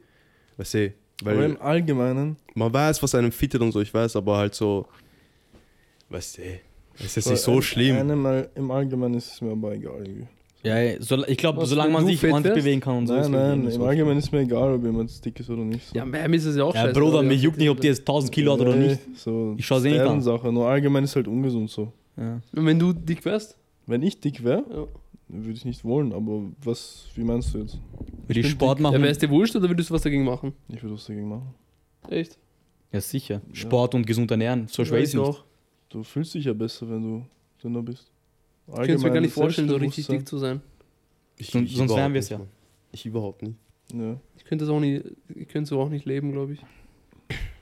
weißt du, aber weil im Allgemeinen, man weiß, was einem fittet und so, ich weiß, aber halt so, weißt du, es ist jetzt bei nicht so ein- schlimm. einem Al- im Allgemeinen ist es mir aber egal. irgendwie. Ja, ja, so, ich glaube, Was, solange wenn man du sich fit ordentlich wärst? bewegen kann und so. ist nein, mir nein, nicht so im schlimm. Allgemeinen ist mir egal, ob jemand dick ist oder nicht. So. ja, meinem ist es ja auch Ja, scheiße. Bruder, aber mir ja, juckt nicht, ob die jetzt 1000 Kilo hat oder Nee, nicht. So Ich schau's eh nicht an. Sache, nur allgemein ist halt ungesund so. Ja. Wenn du dick wärst, Wenn ich dick wäre, ja. würde ich nicht wollen, aber was, wie meinst du jetzt? Würde ich bin Sport ja, machen? wär's dir wurscht oder würdest du was dagegen machen? Ich würde was dagegen machen. Echt? Ja, sicher. Sport und gesund ernähren. So schwer Ja, ist ich nicht. auch. Du fühlst dich ja besser, wenn du dünner bist. Ich könnte mir gar nicht vorstellen, so richtig dick zu sein. Ich- Sonst- ich sonst wären überhaupt wir's nicht, ja. Mann. Ich überhaupt nicht. Ja, Ich könnte so auch nicht, ich könnte so auch nicht leben, glaube ich.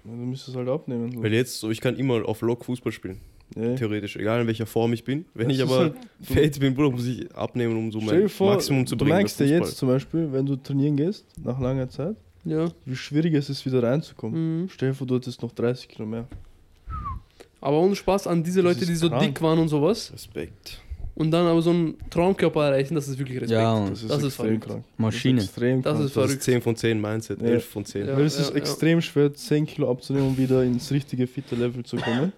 du müsstest halt abnehmen. So. Weil jetzt, so, ich kann immer auf Lock Fußball spielen. Ja. Theoretisch, egal in welcher Form ich bin. Wenn Das ich ist aber halt- fett bin, Bruder, muss ich abnehmen, um so Stell dir mein vor, Maximum zu du bringen. merkst ja bei Fußball. jetzt zum Beispiel, wenn du trainieren gehst, nach langer Zeit, Ja. wie schwierig es ist, wieder reinzukommen. Mhm. Stell dir vor, du hättest noch 30 Kilo mehr. Aber ohne Spaß an diese Das Leute, ist die so krank. dick waren und sowas Respekt. Und und dann aber so einen Traumkörper erreichen, das ist wirklich Respekt. Ja, und Das ist, Das ist extrem verrückt. krank. Maschine. Das ist extrem Das krank. ist Das Verrückt. ist 10 von 10 Mindset, Ja. 11 von 10. Ja. Weil es ist ja. extrem schwer, 10 Kilo abzunehmen, um wieder ins richtige fitte Level zu kommen.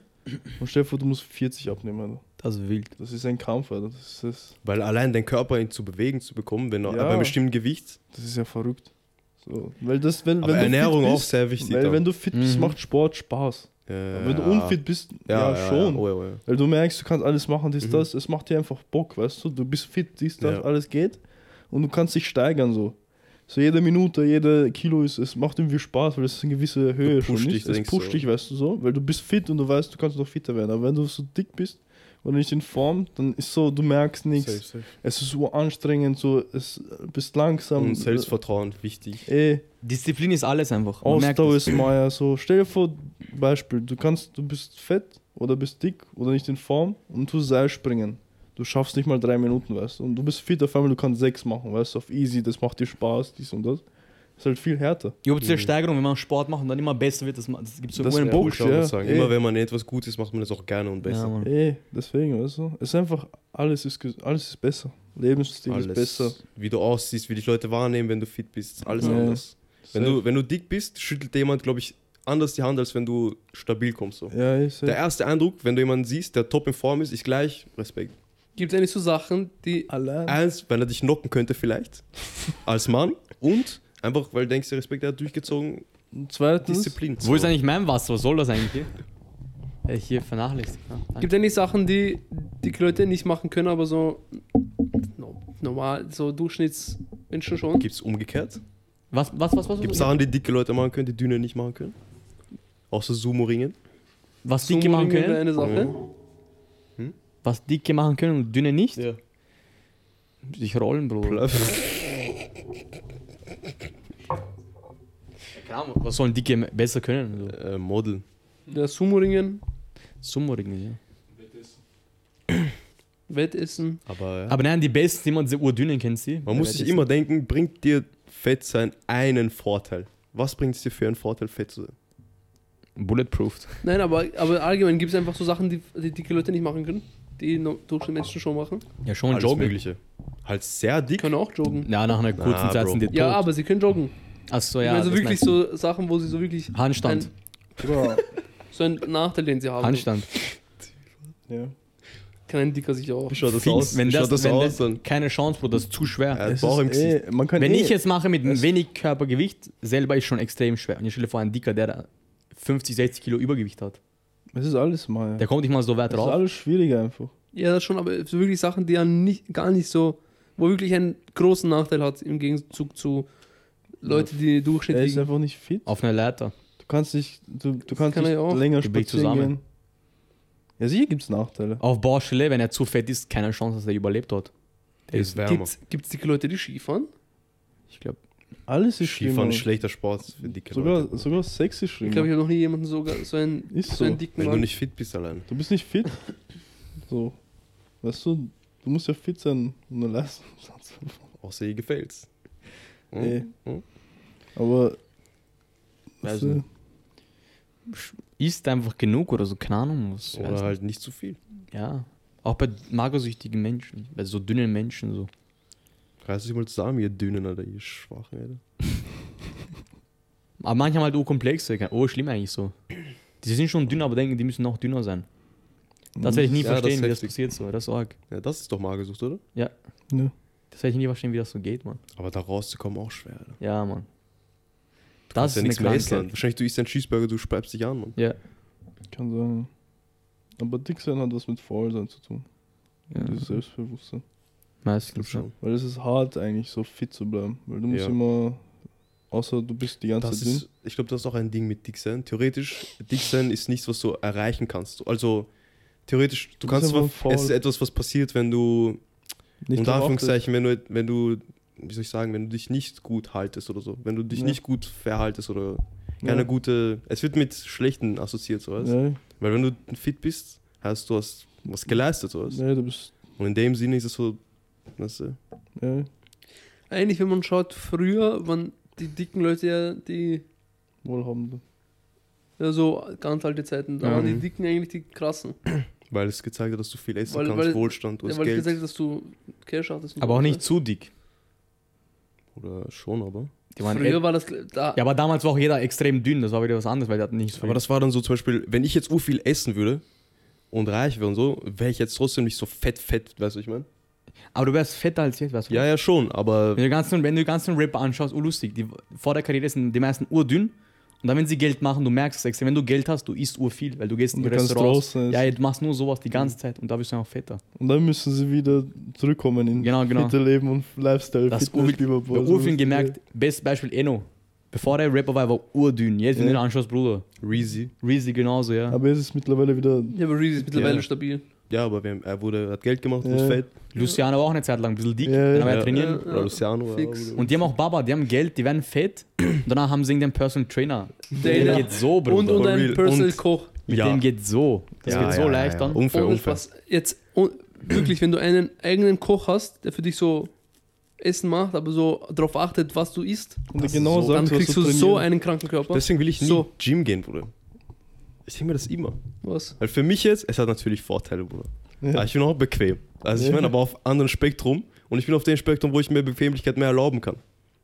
Und stell dir vor, du musst 40 abnehmen, Alter. Das ist wild. Das ist ein Kampf, Alter. Das ist, Weil allein deinen Körper ihn zu bewegen, zu bekommen, wenn er Ja. bei einem bestimmten Gewicht. das ist ja verrückt. So. Weil das, wenn, Aber wenn du fit Ernährung auch bist- sehr wichtig. Weil dann. wenn du fit bist, Mhm. macht Sport Spaß. ja, Aber wenn du unfit bist, ja, schon. Oh, ja, oh, ja. Weil du merkst, du kannst alles machen, dies, Mhm. das. Es macht dir einfach Bock, weißt du? Du bist fit, dies, das, Ja. alles geht. Und du kannst dich steigern so. So jede Minute, jede Kilo ist, es macht irgendwie Spaß, weil es ist eine gewisse Höhe Du schon pusht dich, nicht. Es denkst pusht du. dich, weißt du so, weil du bist fit und du weißt, du kannst noch fitter werden. Aber wenn du so dick bist und nicht in Form, dann ist so, du merkst Safe, nichts. safe. Es ist so anstrengend, so, es äh, bist langsam. Äh, Und Selbstvertrauen wichtig. Ey, Disziplin ist alles einfach. Man merkt Ausdauer es. ist Meier. So, stell dir vor, Beispiel, du kannst, du bist fett oder bist dick oder nicht in Form und du Seilspringen. Du schaffst nicht mal drei Minuten, weißt du? Und du bist fit, auf einmal du kannst sechs machen, weißt du? Auf easy, das macht dir Spaß, dies und das. Ist halt viel härter. Ich habe diese Steigerung, wenn man Sport macht und dann immer besser wird, das, ma- das gibt so Das einen wär Buch. Push, Muss ich auch mal ja. eh. sagen. Ey. Immer wenn man etwas Gutes macht, man das auch gerne und besser. Mann. Ey, deswegen, weißt du? Es ist einfach, alles ist, ges- alles ist besser. Lebensstil ist besser. Wie du aussiehst, wie dich Leute wahrnehmen, wenn du fit bist. Alles Ja. anders. Wenn du, wenn du dick bist, schüttelt dir jemand, glaube ich, anders die Hand, als wenn du stabil kommst. So. Ja, eh, ich Der sehe. erste Eindruck, wenn du jemanden siehst, der top in Form ist, ist gleich Respekt. Gibt es eigentlich so Sachen, die. Allein. Eins, weil er dich knocken könnte vielleicht, als Mann. Und einfach, weil du denkst, der Respekt, der hat durchgezogen, Und Zweitens. Disziplin. Wo ist eigentlich mein Wasser? Was soll das eigentlich hier? Äh, hier vernachlässigt. ne? Danke. Gibt es eigentlich Sachen, die die Leute nicht machen können, aber so. No, normal, so Durchschnittsmenschen schon? Gibt es umgekehrt? Was, was, was, was? Gibt es was, Sachen, die dicke Leute machen können, die dünne nicht machen können? Außer Sumo-Ringen. was dicke machen Zumindest können? Eine Sache. Was dicke machen können und dünne nicht? Ja. Sich rollen, Bruder. Was sollen dicke besser können? Also, So. äh, Model. Der Sumo-Ringen, Sumo irgendwie. Ja. Wettessen. Aber ja. Aber nein, die besten, die man diese urdünnen kennt, sie. Man muss sich immer denken, bringt dir Fett sein einen Vorteil? Was bringt es dir für einen Vorteil, fett zu sein? Bulletproof. Nein, aber, aber allgemein gibt es einfach so Sachen, die, die dicke Leute nicht machen können, die no, Durchschnittsmenschen schon machen. Ja, schon Alles joggen. Mögliche. Halt sehr Die dick. können auch joggen. Ja, nach einer kurzen Na, Zeit Bro. sind die Ja, tot. aber sie können joggen. Achso, ja. also das wirklich meinst du. so Sachen, wo sie so wirklich Handstand. Bro. so einen Nachteil, den sie haben. Handstand. Ja. Kann ein Dicker sich auch. Wie schaut das Fix, aus? wenn Wie das, schaut das wenn aus? das, Dann? keine Chance, Bruder, das ist zu schwer. Er hat Es Bauch im ist eh, Gesicht. man kann Wenn eh, ich jetzt mache mit wenig Körpergewicht, selber ist schon extrem schwer. Und ich stelle vor, ein Dicker, der da 50, 60 Kilo Übergewicht hat, Es ist alles mal. der kommt nicht mal so weit Es ist rauf. alles schwierig einfach. Ja, das schon, aber so wirklich Sachen, die ja nicht, gar nicht so, wo wirklich einen großen Nachteil hat im Gegenzug zu Leute, die Er ist durchschnittlich. einfach nicht fit. Auf einer Leiter. Du kannst nicht, du, du kannst kann er nicht ja auch. länger Die Big spazieren zusammen. gehen. Ja, sicher gibt es Nachteile. Auf Borschele, wenn er zu fett ist, keine Chance, dass er überlebt hat. Der ist wärmer. Gibt es dicke Leute, die Skifahren? Ich glaube, Alles ist Skifahren ist schlimmer. schlechter Sport für dicke Leute. Sogar, sogar Sex ist Ich schlimmer. glaube, ich habe noch nie jemanden sogar so einen, Ist so. so. einen dicken Wenn du Mann. nicht fit bist allein. du bist nicht fit. so. Weißt du, du musst ja fit sein, um eine Leistung zu Außer ihr gefällt's. Hm? Nee. Hm? Aber. äh, Also, weißt du, isst einfach genug oder so, keine Ahnung. Was, weiß Oder nicht. halt nicht zu viel. Ja. Auch bei magersüchtigen Menschen, bei so dünnen Menschen so. Reiß dich mal zusammen, ihr Dünnen, Alter, ihr Schwachen, Alter. Aber manche haben halt O-Komplexe. keine- Oh, schlimm eigentlich so. Die sind schon dünn, aber denken, die müssen noch dünner sein. Das werde ich nie Ja, das ist verstehen, wie das heftig. passiert so. Das ist arg. Ja, das ist doch Magersucht, oder? ja. Das werde ich nie verstehen, wie das so geht, Mann. Aber da rauszukommen auch schwer, Alter. Ja, Mann. Kannst Das ist ja eine nichts mehr essen. Krankheit. Alter. Wahrscheinlich du isst einen Cheeseburger, du speibst dich an, Mann. Ja. Kann sein. Aber dick sein hat was mit Faulsein zu tun. Mhm. ja. Dieses Selbstbewusstsein. Meistens. ja. Weil es ist hart eigentlich, so fit zu bleiben. Weil du musst Ja. immer. Außer du bist die ganze Das Zeit dünn. ist, ich glaube, das ist auch ein Ding mit Dicksein. Theoretisch, Dicksein ist nichts, was du erreichen kannst. Also, theoretisch, du Du kannst bist zwar, einfach faul. es ist etwas, was passiert, wenn du, Nicht unter darauf Anführungszeichen, wenn du, wenn du, wie soll ich sagen, wenn du dich nicht gut haltest oder so. Wenn du dich Ja. nicht gut verhaltest oder achtest. keine gute, es wird mit Schlechten assoziiert, so was. ja. ja, Weil wenn du fit bist, heißt du hast was geleistet, so was. ja, du bist. Und in dem Sinne ist es so, weißt du, Ja, Eigentlich, wenn man schaut, früher waren die dicken Leute ja die wohlhabend. ja, so ganz alte Zeiten, da Ja. waren die Dicken eigentlich die krassen. weil es gezeigt hat, dass du viel essen Weil- kannst, weil- Wohlstand, du Ja, hast weil ich Geld. gesagt dass du Cash hattest. und Aber so. auch nicht zu dick. Oder schon, aber. Die waren Früher echt- war das da. ja, aber damals war auch jeder extrem dünn. Das war wieder was anderes, weil der hat nicht so Aber das war dann so zum Beispiel, wenn ich jetzt urviel essen würde und reich wäre und so, wäre ich jetzt trotzdem nicht so fett, fett, weißt du, was ich meine? aber du wärst fetter als jetzt, weißt du? Ja, ja, schon, aber Wenn du, die ganzen, wenn du die ganzen Rapper anschaust, urlustig, die vor der Karriere sind die meisten urdünn. Und dann, wenn sie Geld machen, du merkst es extrem. Wenn du Geld hast, du isst urviel, weil du gehst Und in du kannst Restaurants. draußen Ja, essen. du machst nur sowas die ganze Zeit und da bist du einfach fetter. Und dann müssen sie wieder zurückkommen in Genau, genau. fitte Leben und Lifestyle. Das ist Fitness, urviel, Liverpool, der so urviel was. gemerkt, bestes Beispiel Enno. Bevor der Rapper war, war urdünn. Jetzt, wenn Ja. du ihn anschaust, Bruder. Reezy. Reezy genauso, ja. Aber jetzt ist mittlerweile wieder. Ja, aber Reese ist mittlerweile Ja. stabil. Ja, aber wir, haben- er wurde, hat Geld gemacht, Ja. wurde fett. Luciano war auch eine Zeit lang ein bisschen dick, Ja, ja. dann haben wir Ja. trainieren. Ja. Oder Luciano. war- Fix. Und die haben auch Baba, die haben Geld, die werden fett. Und danach haben sie irgendeinen Personal Trainer. Mit dem Trainer. geht so, Bruder. Und, und For ein real. Personal Und- Koch. Mit Ja. dem geht so. Das Ja, geht so ja, leicht ja, ja. dann. Unfair, Ohne unfair. Spaß. Jetzt, oh, wirklich, wenn du einen eigenen Koch hast, der für dich so Essen macht, aber so darauf achtet, was du isst, Und Das genau ist so- sagt, dann was kriegst du so trainieren- einen kranken Körper. Deswegen will ich nie So. Gym gehen, Bruder. Ich denke mir das immer. was? Weil für mich jetzt, es hat natürlich Vorteile, Bruder. Ja. Aber ich bin auch bequem. Also ich Ja. meine, aber auf anderem Spektrum. Und ich bin auf dem Spektrum, wo ich mir Bequemlichkeit mehr erlauben kann.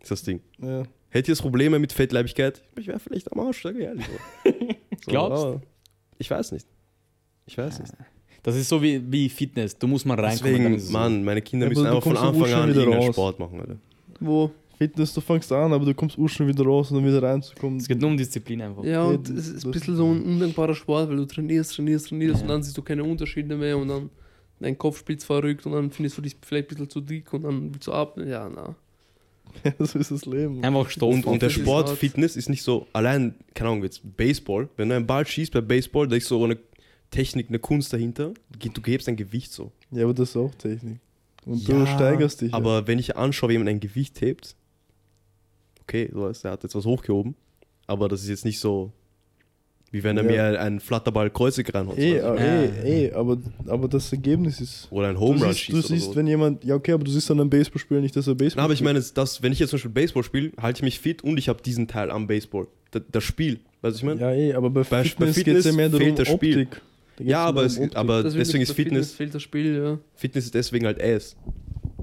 Ist das Ding. Ja. Hätte ich jetzt Probleme mit Fettleibigkeit? Ich wäre vielleicht am Arsch, sag ich ehrlich. so, Glaubst? aber Ich weiß nicht. Ich weiß nicht. Das ist so wie, wie Fitness. Du musst mal reinkommen. dann Deswegen, ist es Mann, meine Kinder Ja, müssen aber du einfach von kommst ja wohl Anfang schon an wieder irgendeinen raus. Sport machen, Alter. Wo? Fitness, du fängst an, aber du kommst auch schon wieder raus, um dann wieder reinzukommen. So. Es geht nur um Disziplin einfach. Ja, und Eben, es ist das- ein bisschen so ein undankbarer Sport, weil du trainierst, trainierst, trainierst Ja. und dann siehst du keine Unterschiede mehr und dann dein Kopf spitzt verrückt und dann findest du dich vielleicht ein bisschen zu dick und dann willst du ab. Ja, na. Also so ist das Leben. Einfach Stoff. Und, und der Das ist Sport, hart. Fitness ist nicht so, allein, keine Ahnung, jetzt Baseball, wenn du einen Ball schießt bei Baseball, da ist so eine Technik, eine Kunst dahinter, Ge- du gibst ein Gewicht so. Ja, aber das ist auch Technik. Und Ja, du steigerst dich. ja. Aber wenn ich anschaue, wie jemand ein Gewicht hebt, okay, du weißt, der hat jetzt was hochgehoben, aber das ist jetzt nicht so, wie wenn er Ja. mir einen Flatterball kreuzig reinhaut. Ey, weißt du? aber- Ja. ey, ey, Eh, aber, aber das Ergebnis ist. Oder ein Du Home Run siehst, schießt du oder siehst so. wenn jemand. Ja, okay, aber du siehst an einem Baseballspieler nicht, dass er Baseball Na, aber ich meine, jetzt, dass, wenn ich jetzt zum Beispiel Baseball spiele, halte ich mich fit und ich habe diesen Teil am Baseball. Das, das Spiel, weißt du, ich meine? Ja, ey, aber bei Bei- bei Fitness, Fitness geht's ja mehr darum, fehlt das Spiel. Optik. Da geht's Ja, mehr aber, um es, Optik. aber Deswegen deswegen ist bei Fitness, fehlt das Spiel, ja. Fitness ist deswegen halt Ass.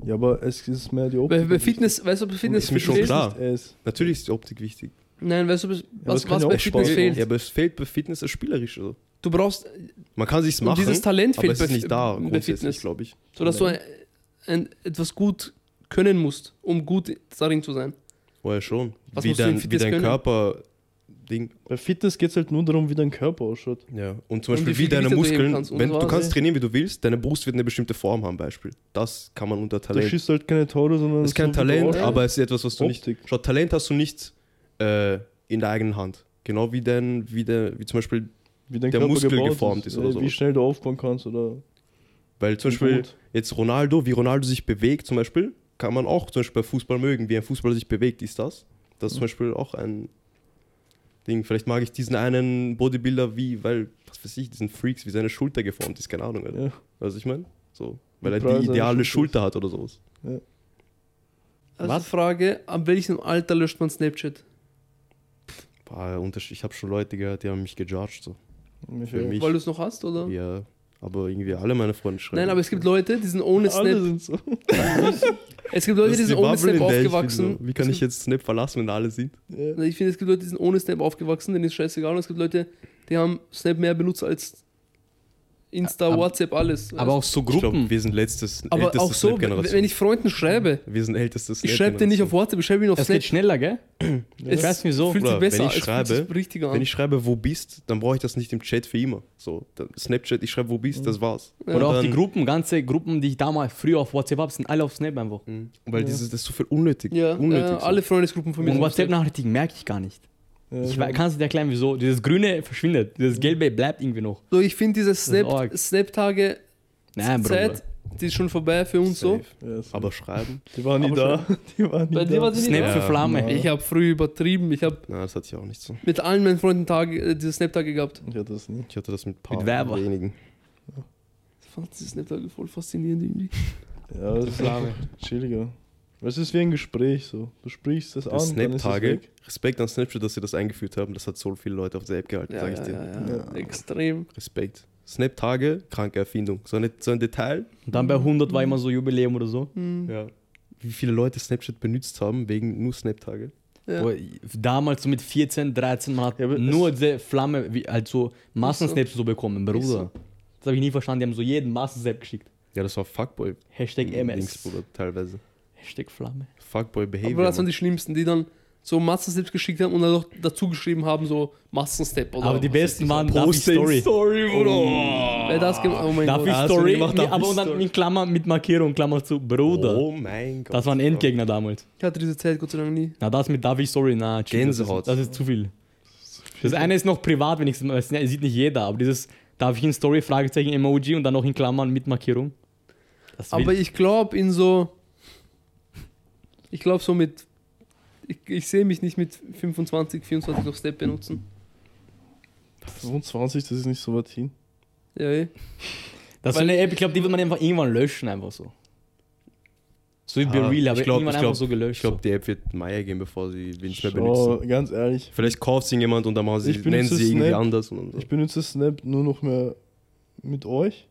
Ja, aber es ist mehr die Optik. Bei, bei Fitness, weißt du, bei Fitness Ist mir schon fehlt? klar. Es. Natürlich ist die Optik wichtig. Nein, weißt du, was, das was, kann ja bei auch Fitness Spaß fehlt? Ja, aber es fehlt bei Fitness das Spielerische. So. Du brauchst, Man kann sich's Und machen, dieses Talent aber fehlt es ist bei- nicht da bei grundsätzlich, Fitness. glaube ich. so dass du ein, ein, etwas gut können musst, um gut darin zu sein. Oh ja, schon. Was wie musst du im dein, wie Fitness dein können? Körper... Ding. Bei Fitness geht es halt nur darum, wie dein Körper ausschaut. Ja. Und zum Und wie Beispiel wie, viel deine Gewichte du heben Muskeln, kannst und wenn so du was, kannst ey. trainieren, wie du willst, deine Brust wird eine bestimmte Form haben, Beispiel. Das kann man unter Du Talent. schießt halt keine Tore, sondern. Das ist kein so, wie du Talent, ausschaust. aber es ist etwas, was du Optik. nicht. Schau, Talent hast du nicht äh, in der eigenen Hand. Genau wie denn, wie der, wie zum Beispiel, Wie dein der Körper Muskel gebaut geformt ist oder äh, sowas. Wie schnell du aufbauen kannst oder. weil zum Wie Beispiel gut. jetzt Ronaldo, wie Ronaldo sich bewegt, zum Beispiel, kann man auch zum Beispiel bei Fußball mögen, wie ein Fußballer sich bewegt, ist das. Das ist zum Beispiel auch ein Ding. Vielleicht mag ich diesen einen Bodybuilder wie, weil, was weiß ich, diesen Freaks, wie seine Schulter geformt ist, keine Ahnung, Alter. Ja. Weißt du, ich meine? So, weil Wie er prall die seine Schulter ideale Schulter hat oder sowas. Also Was? Frage, ab welchem Alter löscht man Snapchat? Boah, Unterschied. Ich habe schon Leute gehört, die haben mich gejudged, so. Für mich. Weil du es noch hast, oder? Ja, aber irgendwie alle meine Freunde schreiben. Nein, aber es gibt Leute, die sind ohne Alle Snap. sind so. Es gibt Leute, die sind ohne Snap aufgewachsen. Wie kann Es ich jetzt Snap verlassen, wenn alle sind? Ja. Na, Ich finde, es gibt Leute, die sind ohne Snap aufgewachsen, denen ist scheißegal. Und es gibt Leute, die haben Snap mehr benutzt als Insta, Aber- WhatsApp, alles. Aber auch so Ich Gruppen. glaube, wir sind letztes, Aber älteste auch so, w- Snap-Generation. wenn ich Freunden schreibe, wir sind älteste ich schreibe den nicht auf WhatsApp, ich schreibe ihn auf das Snap. geht schneller, gell? Es Ich weiß nicht wieso. Fühlt sich Bruder, besser, wenn ich es fühlt schreibe, sich richtiger an. Wenn ich schreibe, wo bist, dann brauche ich das nicht im Chat für immer. So, dann Snapchat, ich schreibe, wo bist, das war's. Mhm. Ja. Oder auch die Dann- Gruppen, ganze Gruppen, die ich damals früher auf WhatsApp habe, sind alle auf Snap einfach. Mhm. Weil dieses, das ist so viel unnötig. ja, unnötig äh, so. alle Freundesgruppen von mir Und sind auf Snap. WhatsApp-Nachrichten merke ich gar nicht. Ja, Ich ja. kann es nicht erklären, wieso. Dieses Grüne verschwindet, Mhm. dieses Gelbe bleibt irgendwie noch. So, ich finde diese ist arg. Snap- Snap-Tage Nein, Bruder. Zeit, die ist schon vorbei für uns so. Safe. Ja, so. Aber schreiben? Die waren nie Aber da. Die waren nie Bei dir da. war sie nicht Snap da. für Ja, Flamme. Mann. Ich habe früh übertrieben. Ich habe Nein, das hatte ich auch nicht so. mit allen meinen Freunden Tage, äh, diese Snap-Tage gehabt. Ich hatte das nie. Ich hatte das mit ein paar Mit Werber. wenigen. Ich fand diese Snap-Tage voll faszinierend irgendwie. Ja, das ist Flamme. chilliger. Weil Es ist wie ein Gespräch so. Du sprichst es Der an, dann ist es Snap-Tage. weg. Respekt an Snapchat, dass sie das eingeführt haben. Das hat so viele Leute auf der App gehalten, Ja, sage ich ja, dir. ja, ja. Ja. Extrem. Respekt. Snap-Tage, kranke Erfindung. So, eine, so ein Detail, Und dann bei 100 war immer so Jubiläum oder so. ja. wie viele Leute Snapchat benutzt haben wegen nur Snap-Tage. Ja. Wo- Damals so mit 14, 13, man hat Ja, aber nur diese Flamme, wie, halt so Massensnaps so bekommen, Bruder. so. Das habe ich nie verstanden. Die haben so jeden Massensnap geschickt. Ja, das war Fuckboy. Hashtag Mhm, Dings, MS. Bruder, teilweise. Hashtag Flamme. Fuckboy-Behavior. Aber das waren Mann. die Schlimmsten, die dann so Massen-Snaps geschickt haben und dann noch dazu geschrieben haben, so Massen-Snap oder Aber die was besten weiß waren Darf ich Story. Story, ich. Bruder. Wer das gemacht oh mein Darf Gott. ich hast du Story? gemacht, Nee, darf aber ich und dann Story? in Klammer mit Markierung, Klammer zu, Bruder. Oh mein Gott. Das waren Endgegner damals. Ich hatte diese Zeit Gott sei Dank nie. Na, das mit Darf ich Story, na, chill, Gänsehaut. Das ist, das ist zu viel. Das eine ist noch privat, wenn ich es sieht nicht jeder, aber dieses Darf ich in Story, Fragezeichen, Emoji und dann noch in Klammern mit Markierung. Das ist Aber wild. ich glaube in so. Ich glaube so mit. Ich, ich sehe mich nicht mit 25, 24 noch Snap benutzen. 25, das ist nicht so weit hin. Ja, eh. das ist so eine App, ich glaube, die wird man einfach irgendwann löschen, einfach so. So wie bei Ah, Real, aber ich glaub, irgendwann ich einfach glaub, so gelöscht. Ich glaube, die App wird Meier gehen, bevor sie wenig Schau, mehr benutzen. ganz ehrlich, Vielleicht kauft sie jemand und dann machen sie, Ich nennen benutze sie irgendwie Snap. anders. Und so. ich benutze Snap nur noch mehr mit euch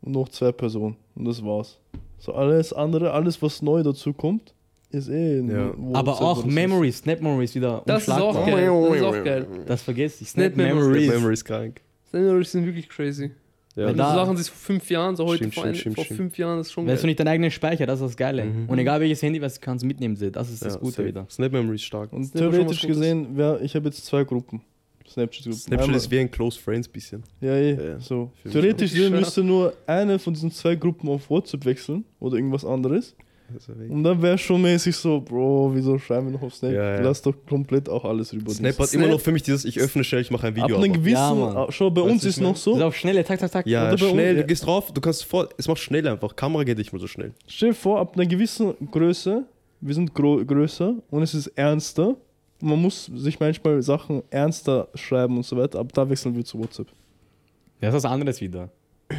und noch zwei Personen. Und das war's. So alles andere, alles was neu dazu kommt, ist eh in Ja. WhatsApp, Aber auch oder so. Memories, Snap Memories wieder. Das ist auch unschlagbar. geil. Das ist auch geil. Das vergesse ich. Snap Snap Memories. Memory ist krank. Senators sind wirklich crazy. Ja. Wenn da- du so Sachen siehst vor fünf Jahren, so heute Stimmt, vor, stimmt, ein- stimmt, vor stimmt. fünf Jahren, das ist schon Weißt du geil. nicht deinen eigenen Speicher, das ist das Geile. Mhm. Und egal welches Handy, was du kannst mitnehmen, das ist das Ja, Gute safe. wieder. Snap Memory ist stark. Und Snap ist schon theoretisch was Gutes. gesehen, wär, ich habe jetzt zwei Gruppen. Snapchat-Gruppen. Snapchat Einmal- ist wie ein Close Friends bisschen. Ja, eh, Ja, so. für mich Theoretisch auch. gesehen müsste nur eine von diesen zwei Gruppen auf WhatsApp wechseln oder irgendwas anderes. Also weg. Und dann wäre schon mäßig so, Bro, wieso schreiben wir noch auf Snap? Ja, ja. Lass doch komplett auch alles rüber. Snap hat Snap- immer noch für mich dieses, ich öffne schnell, ich mache ein Ab Video. einem aber- gewissen, Ja, Mann. schau, bei Weißt uns du, ist ich mein- noch so, Das ist auf schnelle, tak, tak, tak. ja, Oder bei schnell, uns- du gehst drauf, du kannst sofort, es macht schnell einfach. Kamera geht nicht mehr so schnell. stell dir vor, ab einer gewissen Größe, wir sind gro größer und es ist ernster. Und Man muss sich manchmal Sachen ernster schreiben und so weiter, ab da wechseln wir zu WhatsApp. Das ist was anderes wieder.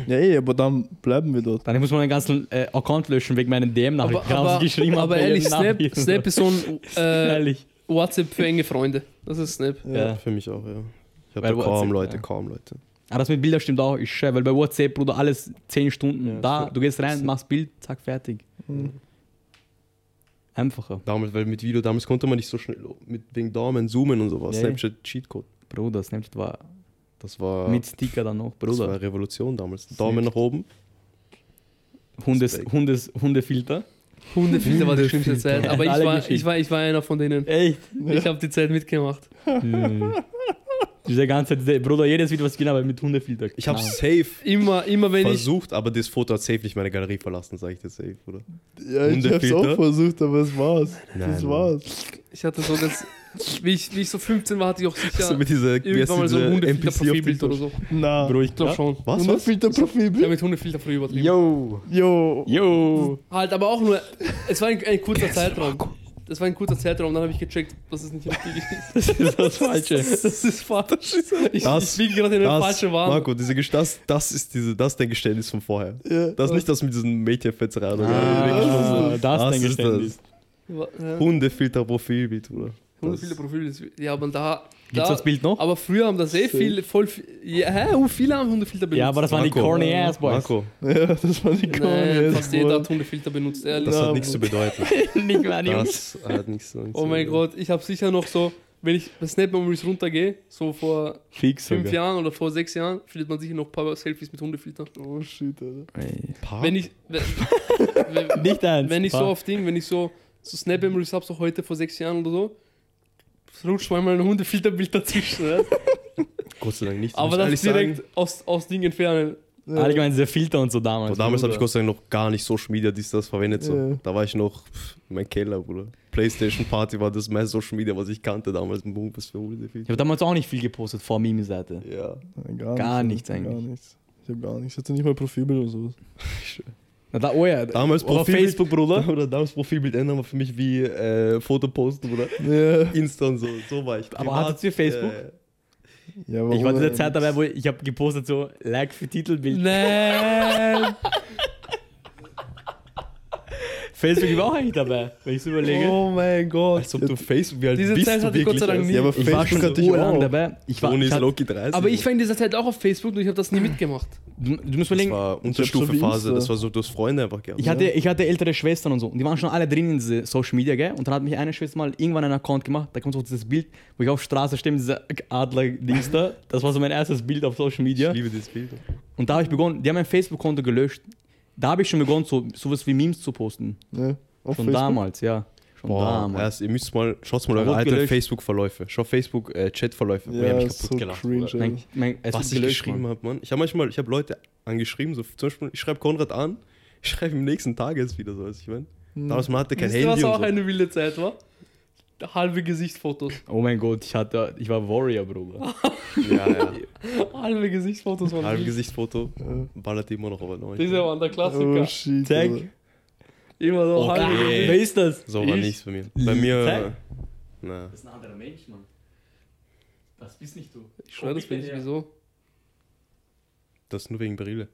Ja, eh, aber dann bleiben wir dort. Dann muss man den ganzen äh, Account löschen wegen meinen DM-Nachrichten. aber, aber, aber, ehrlich, Snap, Snap ist so ein äh, ehrlich. WhatsApp für enge Freunde. Das ist Snap. Ja. Für mich auch, ja. Ich habe Weil kaum WhatsApp, Leute, ja. kaum Leute. Aber das mit Bildern stimmt auch, ist scheiße, weil bei WhatsApp, Bruder, alles 10 Stunden Ja, da, so- du gehst rein, so- machst Bild, zack, fertig. Mhm. Einfacher. Damals, weil mit Video, damals konnte man nicht so schnell mit, wegen Daumen zoomen und sowas. Nee. Snapchat Cheatcode. Bruder, Snapchat war Das war, mit Sticker dann noch, das war Bruder. eine Revolution damals. Daumen nach oben. Hundes, Hundes, Hundefilter. Hundefilter war die schlimmste Zeit. Aber ich Alle war, geschickt. ich, war, ich war einer von denen. Echt? Ich habe die Zeit mitgemacht. Diese ganze Zeit, Bruder, jedes Video, was ich genau habe, mit Hundefilter. Ich habe Nein. safe Immer, immer wenn ich. versucht, aber das Foto hat safe nicht meine Galerie verlassen, sage ich dir safe, oder? Ja, ich hab's Hundefilter? auch versucht, aber es war's. Nein, das Mann. war's. Ich hatte so ganz. Wie ich, wie ich so 15 war, hatte ich auch sicher so mit dieser, wie heißt irgendwann mal so ein diese Hundefilter-Profilbild oder so. Na, Bro, ich Ich glaube glaub schon. Was, und was? Ich habe Filterprofil. mit Hundefilter früh übertrieben. Yo! Yo, Yo! Halt, aber auch nur. Es war ein, ein kurzer Zeitraum. Das war ein kurzer Zeitraum, dann habe ich gecheckt, dass es nicht richtig ist. Das ist das Falsche. Das ist falsch. Ich, ich Das- fliege gerade in eine falsche Warnung. Marco, diese Gest- das, das ist diese, das ist dein Geständnis von vorher. Ja. Das ist nicht das mit diesen Mädchenfetzereien. oder Ah, so. das dein ist Geständnis. Ja. Hundefilter-Profilbild, oder? Hundert viele Profile. das- Ja, aber da. Gibt's da das Bild noch? Aber früher haben das eh viel, voll viel. Ja, hä? Wie viele haben Hundefilter benutzt? Ja, aber das waren die Marco. corny ass boys. Marco, Ja, das war die Nein, Corny. fast jeder hat Hundefilter benutzt, ehrlich. das Na, hat nichts zu bedeuten. Nicht mal die Jungs. Das hat nichts zu oh mein Gott, ich habe sicher noch so, wenn ich bei Snap Memories runtergehe, so vor Fix fünf sogar. Jahren oder vor sechs Jahren, findet man sicher noch ein paar Selfies mit Hundefilter. Oh shit, Alter. Ey. Wenn ich. Wenn, wenn, Nicht eins. Wenn ich so Fuck. auf Ding, wenn ich so, so Snap Memories hab, so heute vor sechs Jahren oder so, rutscht manchmal ein Hundefilterbild dazwischen. Ne? Gott sei Dank nicht. Aber muss das ehrlich direkt Sagen, aus, aus Ding entfernen. Allgemein diese Filter und so damals. aber damals habe ich Bruder. Gott sei Dank noch gar nicht Social Media, dies, das verwendet. So. Ja. Da war ich noch pff, in meinem Keller, Bruder. Playstation Party war das meiste Social Media, was ich kannte damals. Boom, was für Ich habe Hundefilter. damals auch nicht viel gepostet vor Meme-Seite. Ja. Nein, Gar, Gar nichts Alter, Gar eigentlich. nichts. Ich hab gar nichts. Ich hatte nicht mal Profilbild oder sowas. Na, da, oh ja. Damals Oder Profilbild- Facebook, Bruder. Oder damals Profilbild ändern war für mich wie äh, Fotoposten, Bruder. Ja. Insta und so. So war ich. Aber hattet ihr Facebook? Äh, ja oh Ich war warum in der denn? Zeit dabei, wo ich habe gepostet so Like für Titelbild. Nein! Facebook war auch eigentlich dabei, wenn ich es überlege. Oh mein Gott. als ob du Facebook, wie alt Diese bist Zeit du hatte ich Gott sei wirklich, Alter? Dank nie. Ja, aber ich Facebook war schon hatte ich urlang auch. dabei. Ich war, Toni ich ist hat, Loki 30. Aber ich war in dieser Zeit auch auf Facebook und ich habe das nie mitgemacht. du, du musst Das überlegen, war Ich hab so Unterstufephase, wie das war so, du hast Freunde einfach gehabt. ich hatte, ich hatte ältere Schwestern und so. Und die waren schon alle drin in diese Social Media, gell? Und dann hat mich eine Schwester mal irgendwann einen Account gemacht. Da kommt so dieses Bild, wo ich auf Straße stehe mit dieser Adler-Dings da. Das war so mein erstes Bild auf Social Media. Ich liebe dieses Bild. Und da habe ich begonnen, die haben mein Facebook-Konto gelöscht. Da habe ich schon begonnen, so, sowas wie Memes zu posten. Ja, auf Schon Facebook. damals, ja. Schon Boah, damals. erst, ihr müsst mal, schaut mal eure Wurde alten gelöscht. Facebook-Verläufe. äh, Schau Facebook-Chat-Verläufe. Ja, so cringe, Alter. Mein, mein, ähm, es Was wird ich gelöscht, geschrieben Mann. habe, Mann. Ich habe manchmal, ich habe Leute angeschrieben, so zum Beispiel, ich schreibe Konrad an, ich schreibe im nächsten Tag jetzt wieder so, was ich meine. Damals man hatte kein Wisst ihr, was Handy und auch so. eine wilde Zeit war? Halbe Gesichtsfotos. Oh mein Gott, ich, hatte, ich war Warrior, Bruder. Ja, ja. Halbe Gesichtsfotos waren Halb wild. Gesichtsfoto, ballert immer noch aber neu. Diese waren der Klassiker. Oh shit. Zack. Alter. Immer so Oh, Okay. halbe Wer ist das? So war Ich- nichts bei mir. Bei mir, na, Das ist ein anderer Mensch, Mann. Das bist nicht du. Ich schwöre, das bin ich wieso. das nur wegen Brille.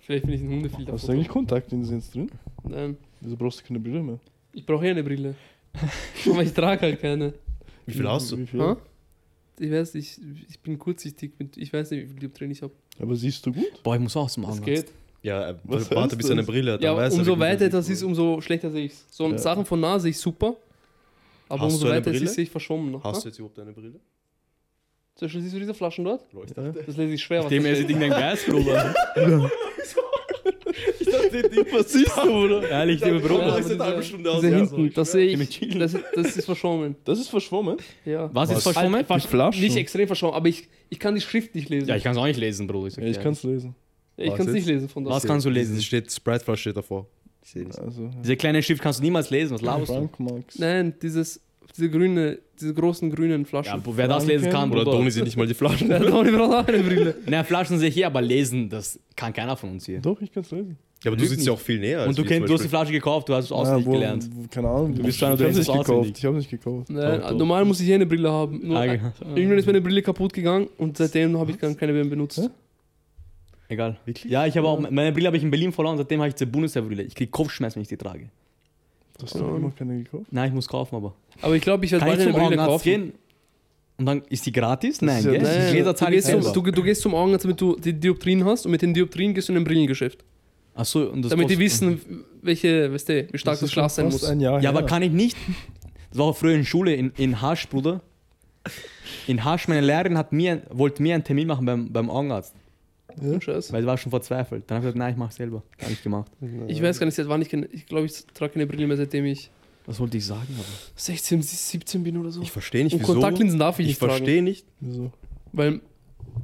Vielleicht bin ich ein Hundefilter. Hast du eigentlich Kontaktlinsen jetzt drin? Nein. Wieso brauchst du keine Brille mehr? Ähm, Ich brauche eh eine Brille. Aber ich trage halt keine. Wie viel hast du? Wie viel? Hä? Ich weiß, ich, ich bin kurzsichtig. mit- Ich weiß nicht, wie viel Dioptrien ich habe. Aber siehst du gut? Boah, ich muss auch zum Augenarzt. Das geht. Ja, äh, Was heißt warte, bis er eine das? Brille hat. Ja, dann weiß er, umso wie weiter man das sieht. ist, umso schlechter sehe ich's. So Ja. Sachen von nah sehe ich super, aber Hast umso du eine weiter es Brille? ist, sehe ich verschwommen. Noch, Hast du ne? jetzt überhaupt eine Brille? Zum Beispiel siehst du diese Flaschen dort? Ja. Leuchtet. Das lese ich schwer. Was Dem da er sich steht. Ding dein Gas, Bruder. Was siehst du, oder? Ehrlich, dem Ja, Bruder. aber diese- Stunde diese hinten, das sehe Dem ich. Chillen. Das, das ist verschwommen. Das ist verschwommen. Ja. Was ist Was? verschwommen? Die Flasche. Nicht extrem verschwommen, aber ich, ich kann die Schrift nicht lesen. Ja, ich kann es auch nicht lesen, Bruder. sag ja, ich dir. kann es lesen. Ich Was kann es nicht jetzt? lesen von da. Was kannst du lesen? steht Sprite steht davor. Ich sehe nicht. Also, ja. Diese kleine Schrift kannst du niemals lesen, was laberst du? Frank Max. Nein, dieses, diese grüne, diese großen grünen Ja, Flaschen. bo- wer das lesen kann, Oder Bruder. Toni sieht nicht mal die Flaschen. Ja, ja, Toni braucht auch eine Brille. Na, Flaschen sehe ich hier, aber lesen, das kann keiner von uns hier. Doch, ich kann es lesen. aber du Lügt sitzt nicht. ja auch viel näher. als Und du, wir kennst, zum du hast die Beispiel. Flasche gekauft, du hast es auswendig Ja, wo- gelernt. wo- Keine Ahnung. Du bist ich einer, der hab's ist nicht auswendig. gekauft. Ich habe nicht gekauft. Nein, Doch, doch. normal muss ich hier eine Brille haben. Nur, Ah, äh, ja. irgendwann ist meine Brille kaputt gegangen und seitdem habe ich dann keine mehr benutzt. Hä? Egal. Ja, ich habe auch, meine Brille habe ich in Berlin verloren, seitdem habe ich zur Bundeswehrbrille. Ich kriege Kopfschmerzen, wenn ich die trage. Du hast doch immer keine gekauft. Nein, ich muss kaufen, aber. Aber ich glaube, ich werde Kann ich bald eine zum Brille kaufen. Augenarzt gehen? Und dann ist die gratis? Nein, ist ja- gell? das Nein, Jeder du, zahlt gehst zum, halt selber. du, du gehst zum Augenarzt, damit du die Dioptrien hast und mit den Dioptrien gehst du in ein Brillengeschäft. Achso, und das damit die kostet- wissen, welche, weißt du, wie stark das, schon Glas sein fast muss. Ein Jahr Ah, Ja, her. aber kann ich nicht. Das war auch früher in Schule, in, in Hasch, Bruder. In Hasch, meine Lehrerin hat mir, wollte mir einen Termin machen beim, beim Augenarzt, Oh, Scheiß. weil sie war schon verzweifelt. Dann habe ich gesagt, nein, ich mache selber. Habe ich gemacht. Ich weiß gar nicht, seit wann ich keine, ich glaube, ich trage keine Brille mehr, seitdem ich Was wollte ich sagen? Aber? 16, 17 bin oder so. Ich verstehe nicht, und wieso. Kontaktlinsen darf ich Ich nicht tragen. verstehe nicht. Wieso? Weil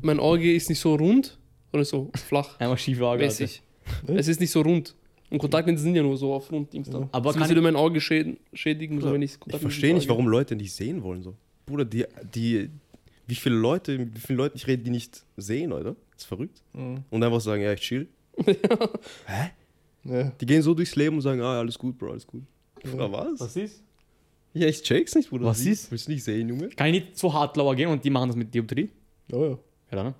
mein Auge ist nicht so rund oder so flach. Einmal schiefe Augen. hatte. mäßig. Es ist nicht so rund. Und Kontaktlinsen sind ja nur so auf rund Dings dann. Aber das kann würde mein Auge schäden, schädigen, so, wenn ich Ich Kontaktlinsen verstehe nicht, trage. warum Leute nicht sehen wollen. So. Bruder, die, die, wie viele Leute, mit wie vielen Leuten ich rede, die nicht sehen, oder? ist verrückt. Mhm. Und einfach sagen, ja, ich chill. Ja. Die gehen so durchs Leben und sagen, ah, alles gut, Bro, alles gut. Bruder, was? ist? Ja, ich check's nicht, Bruder. Was Sie- ist? Willst du nicht sehen, Junge? Kann ich nicht zu Hartlauer gehen und die machen das mit Dioptrie? Oh ja. Ja, ne?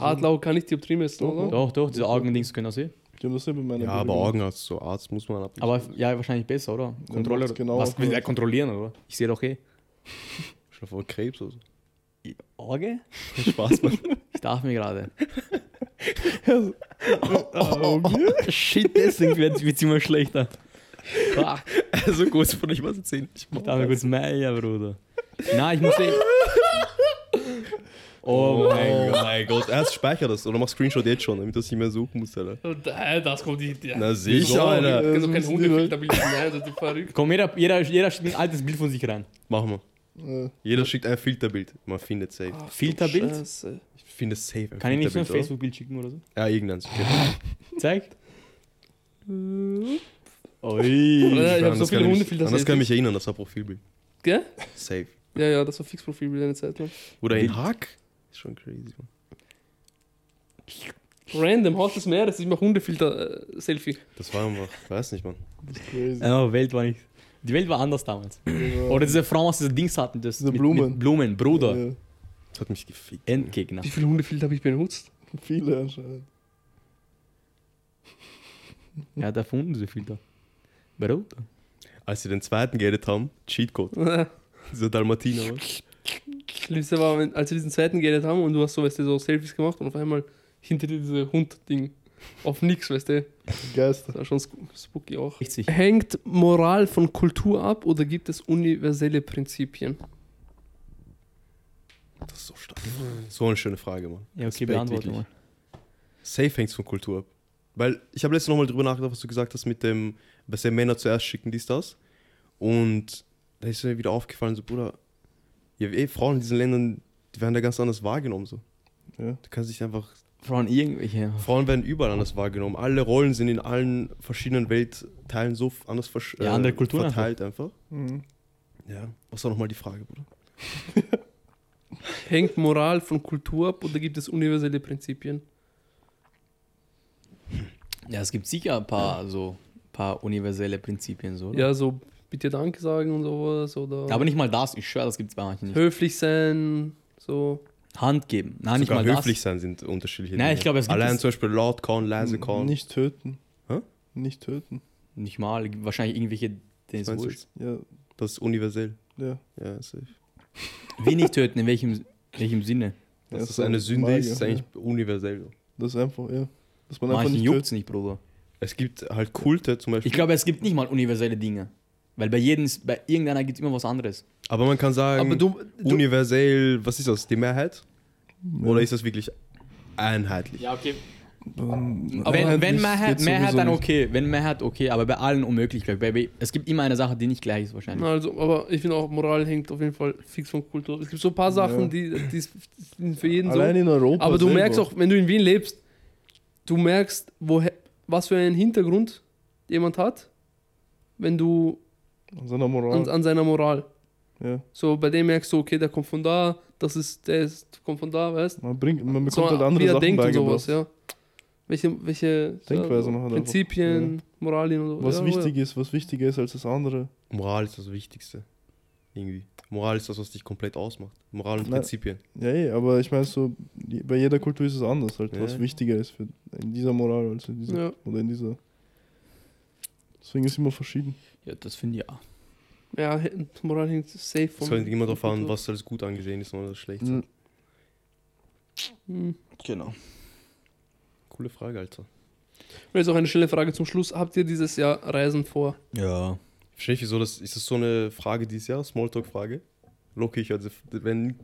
Hartlau kann nicht Dioptrien messen, oder? Doch, doch, diese Augendings können das eh. Die haben das selber meine Ja, aber Augenarzt, so Arzt muss man ab. Aber ja, wahrscheinlich besser, oder? Kontrolle. macht's genau was will so. der kontrollieren, oder? Ich sehe doch eh. Ich hab vor Krebs oder so. Auge? Spaß, Mann. Ich darf mir gerade. Augen. Oh, Shit, deswegen wird es immer schlechter. Fuck. so groß von ich was erzählen. Ich mach Da haben wir kurz mehr, ja, Bruder. Nein, ich muss eh. Oh mein Gott. mein Gott, erst speicher das oder mach Screenshot jetzt schon, damit du es nicht mehr suchen musst, Alter. Und, äh, Das kommt nicht. Ja. Na sicher, Alter. Also kein Hundefilter bin ich nein, das ist verrückt. Komm, jeder, jeder, jeder schickt ein altes Bild von sich rein. Machen wir. Ja. Jeder schickt ein Filterbild. Man findet safe. Filterbild? Scheiße. Ich finde safe. Ein Kann ich nicht so ein Filterbild, Facebook-Bild schicken oder so? oder? Ja, irgendeins. Okay. Zeig. Ui. Ja, ich habe Anders so kann viele ich mich- Hundefilter. Anders kann ich seitdem- mich erinnern, das war Profilbild. Gell? Safe. Ja, ja, das war Fixprofilbild eine Zeit lang. Oder ein Hack? Ist schon crazy, Mann. Random, Haus des Meeres, ich mache Hundefilter-Selfie. Das war einfach, weiß nicht, Mann. Das ist crazy. Ja, Welt war nicht. Die Welt war anders damals. Oder diese Frauen, was diese Dings hatten, das Diese Blumen. Mit Blumen, Bruder. Ja. Das hat mich gefickt. Endgegner. Wie viele Hundefilter habe ich benutzt? Viele anscheinend. Er hat erfunden diese Filter. Bruder. Als sie den zweiten geedet haben, Cheatcode. Dieser Dalmatiner, Mann. Schlimmste war, wenn, als wir diesen zweiten geredet haben und du hast so, weißt du, so Selfies gemacht und auf einmal hinter dir diese Hund-Ding. Auf nix, weißt du. Geister. Das war schon sp- spooky auch. 60. Hängt Moral von Kultur ab oder gibt es universelle Prinzipien? Das ist so stark. So eine schöne Frage, Mann. Ja, okay, Respekt, beantworte wirklich. mal. Safe hängt von Kultur ab. Weil ich habe letztens nochmal drüber nachgedacht, was du gesagt hast mit dem, was der Männer zuerst schicken, dies, das. Und da ist mir wieder aufgefallen, so, Bruder, ja, eh, Frauen in diesen Ländern, die werden da ganz anders wahrgenommen, so. Ja. Du kannst dich einfach, Frauen irgendwelche. Frauen werden überall anders wahrgenommen. Alle Rollen sind in allen verschiedenen Weltteilen so anders versch äh, Ja, andere Kulturen verteilt einfach. Mhm. Ja. Was war nochmal die Frage, Bruder? Hängt Moral von Kultur ab oder gibt es universelle Prinzipien? Ja, es gibt sicher ein paar, so, paar universelle Prinzipien, so. Oder? Ja, so bitte Danke sagen und sowas oder Aber nicht mal das, ich schwöre, das gibt es bei manchen nicht. höflich sein, so. Hand geben. Nein, nicht Sogar mal höflich das. sein sind unterschiedliche Nein, ich glaube, es gibt Allein es- zum Beispiel laut kauen, leise kauen. Nicht töten. Also Hä? Nicht töten. Nicht mal, gibt wahrscheinlich irgendwelche, denen Was es meinst du wurscht. jetzt? Ja, Das ist universell. ja. Ja, safe. Wenig töten, in welchem, welchem Sinne? Ja, Dass das das ist eine eine Sünde Frage, ist, ist ja. eigentlich universell. Das ist einfach, ja. Dass man einfach Manchen nicht juckt's nicht, Bruder. Es gibt halt Kulte zum Beispiel. Ich glaube, es gibt nicht mal universelle Dinge. Weil bei jedem, ist- bei irgendeiner gibt es immer was anderes. aber man kann sagen, Aber du- du- universell, was ist das? Die Mehrheit? Oder ist das wirklich einheitlich? Ja, okay. töten. Mhm. Wenn, wenn Mehrheit, Geht Mehrheit, sowieso dann nicht. okay. Wenn Mehrheit, okay. Aber bei allen unmöglich. Bei, bei, es gibt immer eine Sache, die nicht gleich ist, wahrscheinlich. Also, aber ich finde auch, Moral hängt auf jeden Fall fix von Kultur. Es gibt so ein paar Sachen, Ja. die, die sind für jeden Allein so. in Europa. Aber du selber. merkst auch, wenn du in Wien lebst, du merkst, woher, was für einen Hintergrund jemand hat, wenn du An seiner Moral. an, an seiner Moral. ja. So, bei dem merkst du, okay, der kommt von da, das ist, der ist, kommt von da, weißt Man, bringt, man bekommt so, halt andere wie er Sachen denkt und beigebracht. sowas, ja. Welche, welche Denkweise man ja, hat einfach, Prinzipien, Moralien und so. Was ja, wichtig ist, was wichtiger ist als das andere. Moral ist das Wichtigste. Irgendwie. Moral ist das, was dich komplett ausmacht. Moral und Nein. Prinzipien. Ja, eh, aber ich meine so, je- bei jeder Kultur ist es anders, halt, Ja. was wichtiger ist für, in dieser Moral als in dieser Ja. oder in dieser. Deswegen ist es immer verschieden. Ja, das finde ich auch. Ja, ja Moral hängt safe Es von. kommt immer darauf an, was als gut angesehen ist und was als schlecht. Mhm. Hm. Genau. Coole Frage, Alter. Und jetzt auch eine schnelle Frage zum Schluss. Habt ihr dieses Jahr Reisen vor? Ja. Ich verstehe nicht, wieso das ist. das so eine Frage dieses Jahr? Smalltalk-Frage? Loki, ich also, wenn.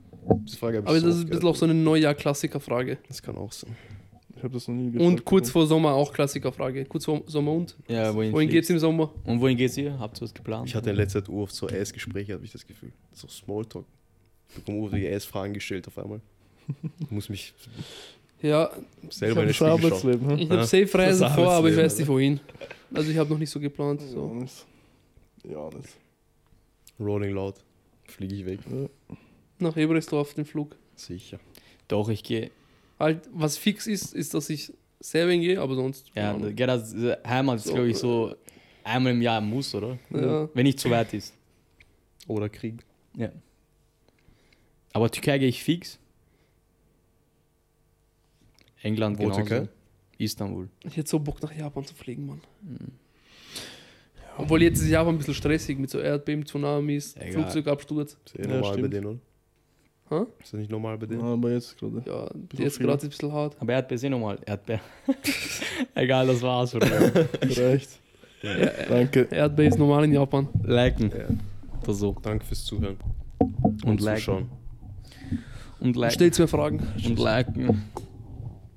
Diese Frage hab ich Aber so das ist oft ein bisschen gehört. auch so eine Neujahr-Klassiker-Frage. Das kann auch sein. Ich habe das noch nie gefragt. Und kurz vor Sommer auch Klassikerfrage. Kurz vor Sommer und? Ja, wohin, Wohin geht's fliegst- im Sommer? Und wohin geht's ihr? Habt ihr was geplant? Ich hatte in letzter Zeit Uhr auf so Ass-Gespräche, habe ich das Gefühl. So Smalltalk. Ich bekomme Uhr die Ass-Fragen gestellt auf einmal. Ich muss mich Ja, selber in den das Spiegel schauen. Arbeitsleben, hm? ich habe Ja, safe Reisen das vor, aber ich Arbeitsleben, weiß nicht wohin. Also ich habe noch nicht so geplant. So. Ja, das- Ja, das. Rolling loud. Fliege ich weg. Nach Ebrestor auf den Flug. Sicher. Doch, ich gehe. Halt, was fix ist, ist, dass ich Serbien gehe, aber sonst. Ja, keine Ahnung. ja, das äh, Heimat ist, So. glaube ich, so äh, einmal im Jahr muss, oder? Ja. Wenn nicht zu weit ist. Oder Krieg. Ja. Aber Türkei gehe ich fix. England Wo genauso. Türkei? Istanbul. Ich hätte so Bock nach Japan zu fliegen, Mann. Hm. Obwohl jetzt ist Japan ein bisschen stressig mit so Erdbeben, Tsunamis, Egal. Flugzeugabsturz. Ist eh Ja, normal bei stimmt. denen, Hä? oder? Ist das nicht normal bei denen? Ja, Ah, aber jetzt gerade. Ja, die Bisschen jetzt viel. gerade ist ein bisschen hart. Aber Erdbeer ist eh normal. Erdbeer. Egal, das war's. Bruder. Reicht. Danke. Erdbeben ist normal in Japan. liken. Ja. Oder so. Danke fürs Zuhören Und liken. Zuschauen. Und liken. Stellt mir Fragen. Und liken.